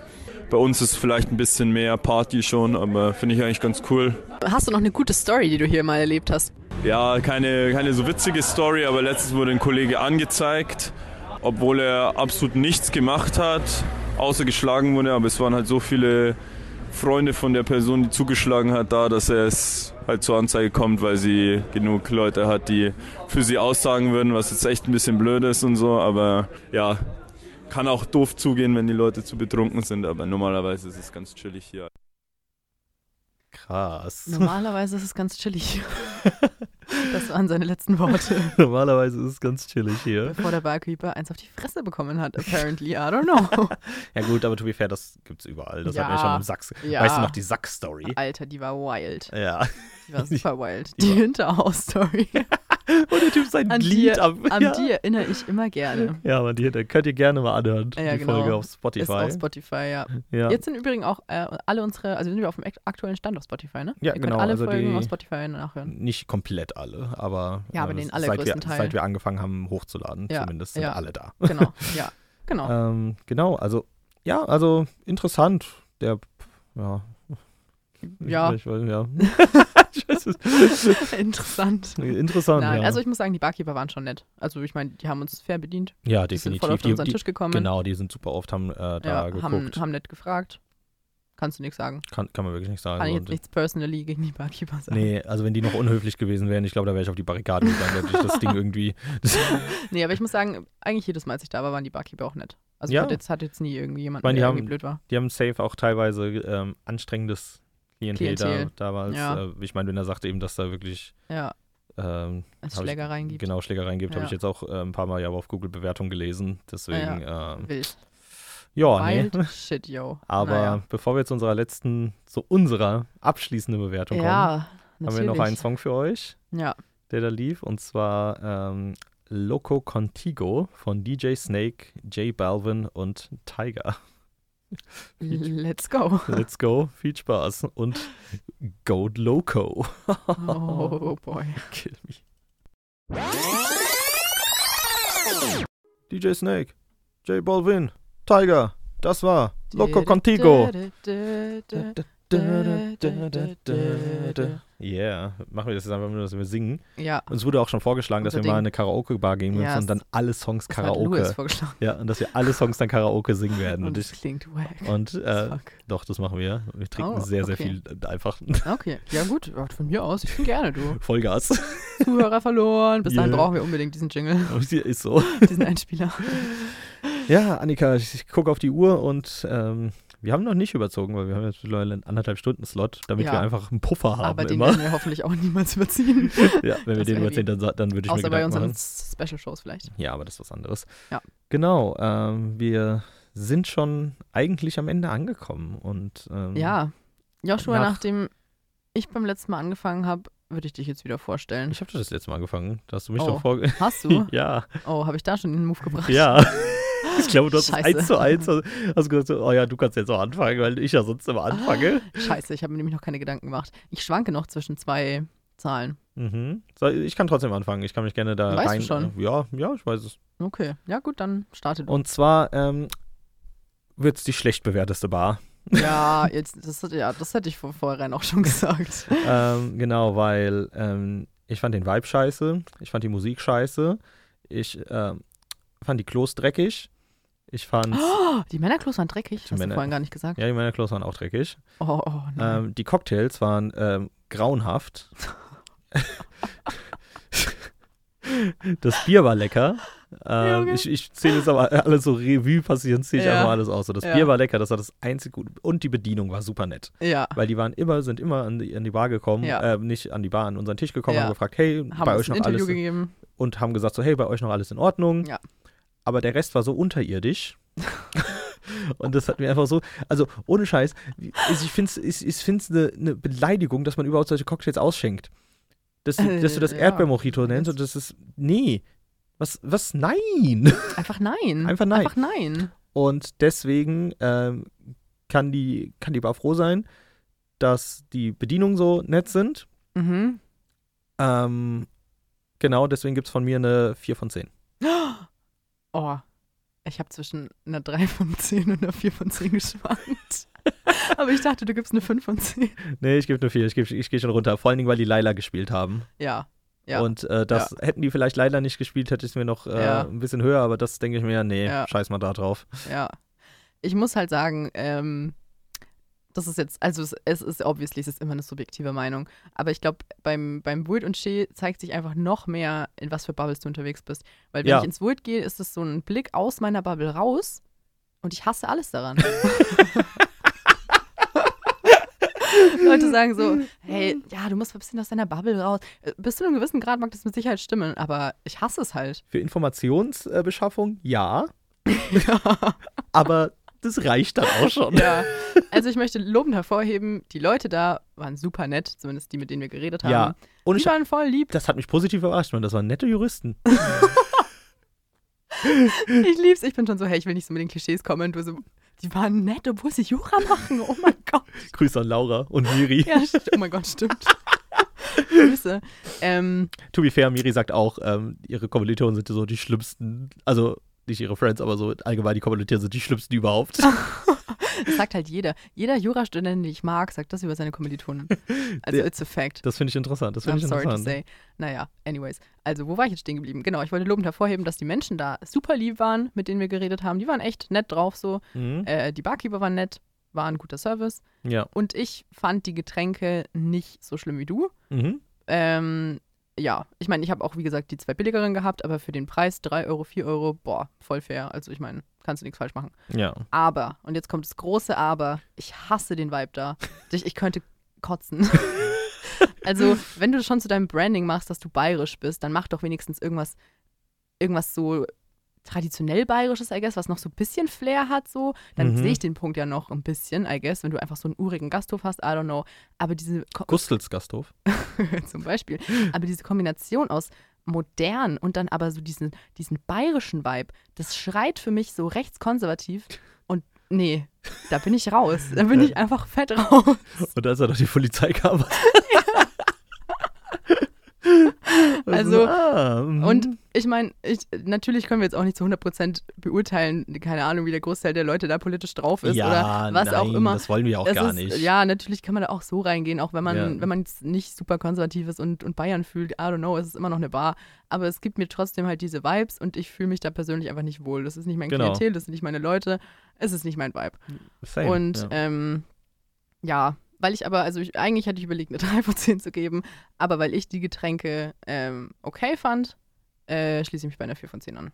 E: Bei uns ist vielleicht ein bisschen mehr Party schon, aber finde ich eigentlich ganz cool.
A: Hast du noch eine gute Story, die du hier mal erlebt hast?
E: Ja, keine, keine so witzige Story, aber letztens wurde ein Kollege angezeigt, obwohl er absolut nichts gemacht hat, außer geschlagen wurde, aber es waren halt so viele Freunde von der Person, die zugeschlagen hat, da, dass er es halt zur Anzeige kommt, weil sie genug Leute hat, die für sie aussagen würden, was jetzt echt ein bisschen blöd ist und so, aber ja, kann auch doof zugehen, wenn die Leute zu betrunken sind, aber normalerweise ist es ganz chillig hier.
D: Krass.
A: Normalerweise ist es ganz chillig. Das waren seine letzten Worte,
D: Normalerweise ist es ganz chillig hier.
A: bevor der Barkeeper eins auf die Fresse bekommen hat, apparently. I don't know.
D: Ja gut, aber to be fair, das gibt's überall. Das
A: Ja.
D: hat mir schon im Sachs.
A: Ja.
D: Weißt du noch die Sachs-Story?
A: Alter, die war wild.
D: Ja.
A: Die war super wild. Die Hinterhaus-Story.
D: Und der Typ sein
A: An
D: Glied
A: die,
D: am-
A: An
D: ja.
A: die erinnere ich immer gerne.
D: Ja, aber die, die könnt ihr gerne mal anhören,
A: Ja,
D: die
A: genau.
D: Folge auf Spotify.
A: Ist auf Spotify, ja.
D: Ja.
A: Jetzt sind übrigens auch äh, alle unsere, also sind wir auf dem ak- aktuellen Stand auf Spotify, ne?
D: Ja,
A: Ihr
D: genau,
A: Könnt alle
D: also
A: Folgen
D: die-
A: auf Spotify nachhören.
D: Nicht komplett alle, aber, ähm,
A: Ja, aber den
D: seit, wir,
A: allergrößten Teil.
D: seit wir angefangen haben hochzuladen,
A: Ja,
D: zumindest sind
A: ja.
D: alle da.
A: Genau, ja, genau.
D: ähm, genau, also ja, also interessant. Der, ja.
A: Ja.
D: Ich weiß, ja.
A: Interessant.
D: Interessant,
A: Nein,
D: ja.
A: also ich muss sagen, die Barkeeper waren schon nett. Also ich meine, die haben uns fair bedient.
D: ja,
A: Die
D: definitiv.
A: sind voll auf
D: Die-
A: unseren
D: die,
A: Tisch gekommen.
D: Genau, die sind super oft, haben äh, da
A: ja,
D: geguckt.
A: haben, haben nett gefragt. Kannst du nichts sagen.
D: kann, kann man wirklich nicht sagen.
A: Kann ich jetzt
D: Und-
A: nichts personally gegen die Barkeeper sagen.
D: Nee, also wenn die noch unhöflich gewesen wären, ich glaube, da wäre ich auf die Barrikaden gegangen, hätte ich das Ding irgendwie.
A: Nee, aber ich muss sagen, eigentlich jedes Mal, als ich da war, waren die Barkeeper auch nett. Also
D: Ja.
A: hat jetzt, hat jetzt nie irgendwie
D: Ich
A: jemand,
D: meine, die
A: der
D: haben,
A: irgendwie blöd war.
D: die haben safe auch teilweise ähm, anstrengendes Klientel,
A: Klientel.
D: Da, damals.
A: Ja.
D: Äh, ich meine, wenn er sagte eben, dass da wirklich
A: Ja.
D: ähm,
A: Es
D: hab ich-
A: Schlägereien gibt.
D: Genau, Schlägereien gibt. Habe
A: Ja.
D: ich jetzt auch äh, ein paar Mal ja aber auf Google Bewertungen gelesen. Deswegen,
A: Ja,
D: ja, ähm,
A: Wild.
D: ja Oh, nee.
A: Wild shit, yo.
D: Aber
A: Naja.
D: bevor wir zu unserer letzten, zu unserer abschließenden Bewertung
A: Ja,
D: kommen, haben wir noch
A: natürlich.
D: einen Song für euch,
A: Ja.
D: der da lief, und zwar ähm, Loco Contigo von DJ Snake, J Balvin und Tiger.
A: Let's go.
D: Let's go, viel Spaß und Go Loco.
A: Oh boy.
D: Kill me. DJ Snake, J Balvin, Tiger, das war Loco Contigo. Yeah, machen wir das jetzt einfach nur, dass wir singen.
A: Ja.
D: Uns wurde auch schon vorgeschlagen, dass wir
A: Unser
D: mal
A: Ding.
D: in eine Karaoke-Bar gehen müssen
A: Ja,
D: und dann alle Songs
A: das hat Louis
D: Karaoke.
A: vorgeschlagen.
D: Ja, und dass wir alle Songs dann Karaoke singen werden.
A: Und
D: Und,
A: es
D: ich,
A: klingt wack.
D: und äh,
A: Fuck.
D: doch, das machen wir. Wir trinken
A: Oh,
D: sehr, sehr
A: okay.
D: viel äh, einfach
A: Okay, ja gut, ja, von mir aus, ich bin gerne du.
D: Vollgas.
A: Zuhörer verloren, bis dahin
D: Yeah.
A: brauchen wir unbedingt diesen Jingle,
D: Ist so.
A: diesen Einspieler.
D: Ja, Annika, ich, ich gucke auf die Uhr und ähm, wir haben noch nicht überzogen, weil wir haben jetzt mittlerweile einen anderthalb Stunden Slot, damit
A: Ja.
D: wir einfach einen Puffer haben
A: Aber den
D: immer.
A: werden wir hoffentlich auch niemals überziehen.
D: ja, wenn wir
A: Das
D: den
A: wär
D: überziehen,
A: lieb.
D: dann, sa- dann würde ich mir
A: Außer bei
D: Gedanken
A: unseren
D: machen.
A: Special-Shows vielleicht.
D: Ja, aber das ist was anderes.
A: Ja.
D: Genau, ähm, wir sind schon eigentlich am Ende angekommen und ähm,
A: Ja, Joshua,
D: Nach-
A: nachdem ich beim letzten Mal angefangen habe, würde ich dich jetzt wieder vorstellen.
D: ich habe das letzte Mal angefangen. Da hast du mich
A: Oh,
D: doch vorge.
A: Hast du?
D: ja,
A: Oh, habe ich da schon den Move gebracht?
D: ja. Ich glaube, du hast es
A: Scheiße.
D: eins zu eins. Hast, hast gesagt, so, oh ja, du kannst jetzt auch anfangen, weil ich ja sonst immer
A: Ah.
D: anfange.
A: Scheiße, ich habe mir nämlich noch keine Gedanken gemacht. Ich schwanke noch zwischen zwei Zahlen.
D: Mhm. So, ich kann trotzdem anfangen. Ich kann mich gerne da
A: Weißt du
D: rein.
A: schon?
D: Ja, ja, ich weiß es.
A: Okay, ja gut, dann startet.
D: Und zwar ähm, wird es die schlecht bewerteste Bar.
A: Ja, jetzt, das, hat- ja, das hätte ich vor, vorher auch schon gesagt.
D: ähm, genau, weil ähm, ich fand den Vibe scheiße, ich fand die Musik scheiße, ich ähm, fand die Klos dreckig, ich fand.
A: Oh, die Männerklos waren dreckig, hast
D: Männer-
A: du vorhin gar nicht gesagt.
D: Ja, die meiner Klos waren auch dreckig.
A: Oh, oh nein.
D: Ähm, die Cocktails waren ähm, grauenhaft. das Bier war lecker. Ähm, ich ich zähle jetzt aber alle so Revue passieren, zähle ich
A: Ja.
D: einfach alles aus. So, das
A: Ja.
D: Bier war lecker, das war das einzig Gute. Und die Bedienung war super nett.
A: Ja.
D: Weil die waren immer, sind immer an die, an die Bar gekommen,
A: Ja.
D: äh, nicht an die Bar, an unseren Tisch gekommen,
A: Ja.
D: haben gefragt, hey,
A: Haben
D: bei
A: uns ein
D: euch noch
A: Interview
D: alles.
A: gegeben.
D: Und haben gesagt so, hey, bei euch noch alles in Ordnung.
A: Ja.
D: Aber der Rest war so unterirdisch. Und das hat mir einfach so, also ohne Scheiß, wie- ich finde es ich, ich find's eine eine Beleidigung, dass man überhaupt solche Cocktails ausschenkt. Dass du,
A: Äh,
D: dass du das
A: ja.
D: Erdbeermojito nennst und das ist, nee, was, was, nein.
A: Einfach nein.
D: Einfach nein.
A: Einfach nein.
D: Und deswegen ähm, kann, die, kann die Bar froh sein, dass die Bedienungen so nett sind.
A: Mhm.
D: Ähm, genau, deswegen gibt es von mir eine 4 von 10.
A: Oh, ich habe zwischen einer 3 von 10 und einer 4 von 10 geschwankt. Aber ich dachte, du gibst eine 5 von 10.
D: Nee, ich gebe eine 4, ich, geb- ich gehe schon runter. Vor allen Dingen, weil die Laila gespielt haben.
A: Ja. ja.
D: Und äh, das hätten die vielleicht Laila nicht gespielt, hätte ich es mir noch äh,
A: Ja.
D: ein bisschen höher, aber das denke ich mir, nee,
A: Ja.
D: scheiß mal da drauf.
A: Ja. Ich muss halt sagen, ähm, das ist jetzt, also es, es ist obviously, es ist immer eine subjektive Meinung, aber ich glaube, beim, beim Wult und Shee zeigt sich einfach noch mehr, in was für Bubbles du unterwegs bist. Weil wenn
D: Ja.
A: ich ins Wult gehe, ist es so ein Blick aus meiner Bubble raus und ich hasse alles daran. Leute sagen so, hey, ja, du musst ein bisschen aus deiner Bubble raus. Äh, Bis zu einem gewissen Grad mag das mit Sicherheit stimmen, aber ich hasse es halt.
D: Für Informationsbeschaffung, ja. aber das reicht dann auch schon.
A: Ja, also ich möchte lobend hervorheben, die Leute da waren super nett, zumindest die, mit denen wir geredet haben.
D: Ja. Und
A: die
D: ich-
A: waren voll lieb.
D: Das hat mich positiv überrascht, man. Das waren nette Juristen.
A: Ich lieb's. Ich bin schon so, hey, ich will nicht so mit den Klischees kommen. Und du so, die waren nett, obwohl sie Jura machen. Oh mein Gott.
D: Grüße an Laura und Miri.
A: Ja, st- oh mein Gott, stimmt. Grüße. Ähm,
D: To be fair, Miri sagt auch, ähm, ihre Kommilitonen sind so die schlimmsten, also nicht ihre Friends, aber so allgemein die Kommilitonen sind die schlimmsten überhaupt.
A: das sagt halt jeder. Jeder Jurastudent, den ich mag, sagt das über seine Kommilitonen. Also,
D: Ja.
A: it's a fact.
D: Das finde ich interessant. Das finde
A: I'm
D: ich
A: sorry to
D: interessant. ne?
A: say. Naja, anyways. Also, wo war ich jetzt stehen geblieben? Genau, ich wollte lobend hervorheben, dass die Menschen da super lieb waren, mit denen wir geredet haben. Die waren echt nett drauf so.
D: Mhm.
A: Äh, die Barkeeper waren nett, war ein guter Service.
D: Ja.
A: Und ich fand die Getränke nicht so schlimm wie du.
D: Mhm.
A: Ähm, ja, ich meine, ich habe auch, wie gesagt, die zwei billigeren gehabt, aber für den Preis 3 Euro, 4 Euro, boah, voll fair. Also, ich meine, kannst du nichts falsch machen.
D: Ja.
A: Aber, und jetzt kommt das große Aber, ich hasse den Vibe da. Ich, ich könnte kotzen. also, wenn du schon zu deinem Branding machst, dass du bayerisch bist, dann mach doch wenigstens irgendwas, irgendwas so traditionell bayerisches, I guess, was noch so ein bisschen Flair hat, so. Dann
D: Mhm.
A: sehe ich den Punkt ja noch ein bisschen, I guess, wenn du einfach so einen urigen Gasthof hast, I don't know. Aber diese, Ko-
D: Gustels Gasthof.
A: zum Beispiel, aber diese Kombination aus modern und dann aber so diesen, diesen bayerischen Vibe, das schreit für mich so rechtskonservativ und nee, da bin ich raus. Da bin ich einfach fett raus.
D: Und als er doch die Polizei kam.
A: Also,
D: ah, mhm.
A: Und ich meine, ich, natürlich können wir jetzt auch nicht zu 100% beurteilen, keine Ahnung, wie der Großteil der Leute da politisch drauf ist
D: ja,
A: oder was
D: nein,
A: auch immer.
D: Das wollen wir auch
A: Das
D: gar
A: ist,
D: nicht.
A: Ja, natürlich kann man da auch so reingehen, auch wenn man,
D: Ja.
A: wenn man jetzt nicht super konservativ ist und, und Bayern fühlt, I don't know, es ist immer noch eine Bar. Aber es gibt mir trotzdem halt diese Vibes und ich fühle mich da persönlich einfach nicht wohl. Das ist nicht mein
D: Genau.
A: Klientel, das sind nicht meine Leute, es ist nicht mein Vibe.
D: Same,
A: und
D: ja.
A: ähm, ja, weil ich aber, also ich, eigentlich hatte ich überlegt, eine 3 von 10 zu geben, aber weil ich die Getränke ähm, okay fand, äh, schließe ich mich bei einer 4 von 10 an.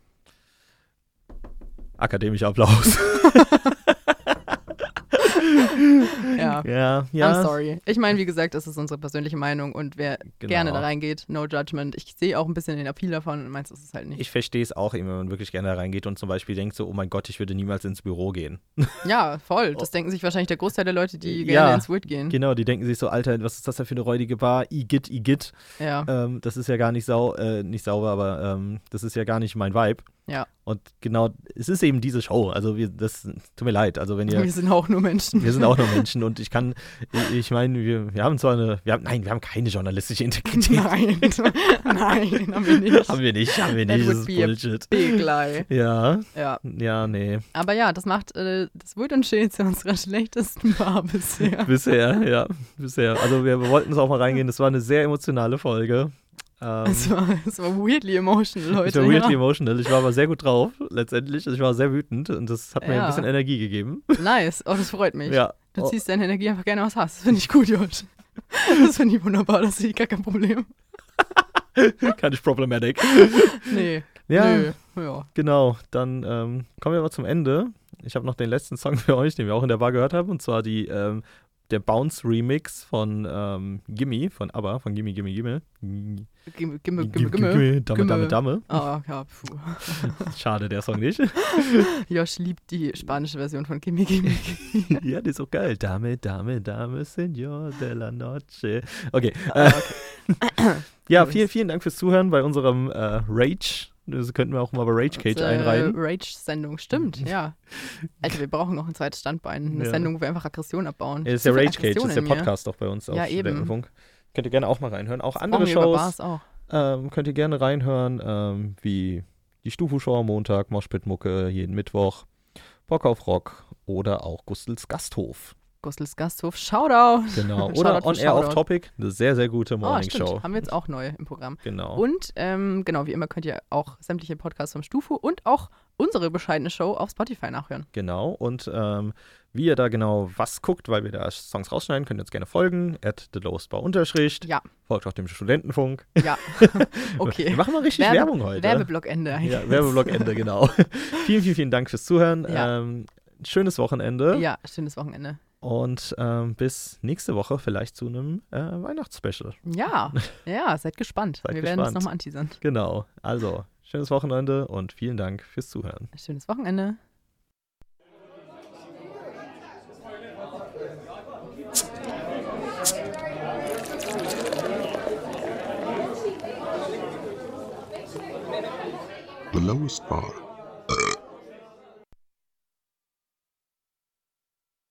D: Akademischer Applaus.
A: Ja.
D: ja, ja.
A: I'm sorry. Ich meine, wie gesagt, das ist unsere persönliche Meinung und wer
D: Genau.
A: gerne da reingeht, no judgment. Ich sehe auch ein bisschen den Appeal davon und meins ist es halt nicht.
D: Ich verstehe es auch eben, wenn man wirklich gerne da reingeht und zum Beispiel denkt so, oh mein Gott, ich würde niemals ins Büro gehen.
A: ja, voll. Das denken sich wahrscheinlich der Großteil der Leute, die
D: Oh. Ja.
A: gerne ins Wood gehen.
D: Genau, die denken sich so, Alter, was ist das da für eine räudige Bar? Igitt, Igitt.
A: Ja.
D: Ähm, das ist ja gar nicht, sau äh, nicht sauber, aber ähm, das ist ja gar nicht mein Vibe.
A: Ja.
D: Und genau, es ist eben diese Show. Also wir, das tut mir leid. Also wenn ihr
A: Wir sind auch nur Menschen.
D: Wir sind auch nur Menschen und ich kann, ich- ich meine, wir, wir haben zwar eine, wir haben, nein, wir haben keine journalistische Integrität.
A: Nein, nein, haben wir nicht.
D: Haben wir nicht, haben wir
A: That
D: nicht,
A: would
D: das ist
A: be a
D: Bullshit.
A: Big lie.
D: Ja,
A: Ja.
D: ja, nee,
A: Aber ja, das macht äh, das Wood und Schild zu unserer schlechtesten Bar bisher.
D: bisher, ja, bisher. Also wir wollten es auch mal reingehen, das war eine sehr emotionale Folge. Ähm,
A: Es war, es war weirdly emotional, Leute.
D: ich war weirdly
A: ja.
D: emotional, ich war aber sehr gut drauf, letztendlich. Ich war sehr wütend und das hat mir
A: Ja.
D: ein bisschen Energie gegeben.
A: Nice, oh, das freut mich.
D: Ja.
A: Du
D: Oh.
A: ziehst deine Energie einfach gerne aus Hass. Das finde ich gut, Josh. Das finde ich wunderbar, das sehe ich gar kein Problem.
D: Keine Problematic.
A: Nee,
D: Ja,
A: Nö, ja.
D: genau. Dann ähm, kommen wir aber zum Ende. Ich habe noch den letzten Song für euch, den wir auch in der Bar gehört haben, und zwar die, ähm, der Bounce-Remix von ähm, Gimme, von ABBA, von Gimme, Gimme, Gimme. Gimme,
A: Gimme, gimme, gimme,
D: Gimme,
A: gimme.
D: Damme, Damme, Damme.
A: Ah, ja, puh.
D: Schade, der Song nicht.
A: Josh liebt die spanische Version von Gimme, Gimme, Gimme.
D: ja, die ist auch geil. Dame, Dame, Dame, Senor de la Noche. Okay.
A: Ah,
D: äh, ja, vielen, vielen Dank fürs Zuhören bei unserem äh, Rage. Das könnten wir auch mal bei Rage Cage
A: Unsere
D: einreihen.
A: Äh, Rage-Sendung, stimmt, ja. Alter, wir brauchen noch ein zweites Standbein. Eine
D: Ja.
A: Sendung, wo wir einfach Aggression abbauen.
D: Ja, das Äh, ist
A: So
D: der
A: viel
D: Rage Cage,
A: Aggression
D: das ist der
A: in mir.
D: Podcast auch bei uns auf
A: Ja, eben.
D: Studentenfunk. Könnt ihr gerne auch mal reinhören. Auch andere
A: Brauchen wir über
D: Shows
A: Bars Oh, auch.
D: ähm, könnt ihr gerne reinhören, ähm, wie die Stufu-Show am Montag, Moshpit-Mucke jeden Mittwoch, Bock auf Rock oder auch Gustels Gasthof.
A: Gustels Gasthof, Shoutout.
D: Genau.
A: Shoutout
D: Oder
A: für
D: On Air Off
A: Shoutout.
D: Topic, eine sehr, sehr gute
A: Ah,
D: Morning
A: stimmt.
D: Show.
A: Haben wir jetzt auch neu im Programm.
D: Genau.
A: Und ähm, genau, wie immer könnt ihr auch sämtliche Podcasts vom Stufu und auch unsere bescheidene Show auf Spotify nachhören.
D: Genau. Und ähm, wie ihr da genau was guckt, weil wir da Songs rausschneiden, könnt ihr uns gerne folgen. At the lowest bar unterstrich.
A: Ja.
D: Folgt auch dem Studentenfunk.
A: Ja. Okay.
D: Wir machen mal richtig
A: Werbe-
D: Werbung heute.
A: Werbeblockende eigentlich.
D: Ja, Werbeblockende, genau. vielen, vielen, vielen Dank fürs Zuhören.
A: Ja.
D: Ähm, schönes Wochenende.
A: Ja, schönes Wochenende.
D: Und ähm, bis nächste Woche vielleicht zu einem äh, Weihnachtsspecial.
A: Ja, ja, seid gespannt.
D: Seid
A: Wir werden das
D: gespannt.
A: nochmal anteasern.
D: Genau. Also, schönes Wochenende und vielen Dank fürs Zuhören.
A: Schönes Wochenende.
C: The lowest bar.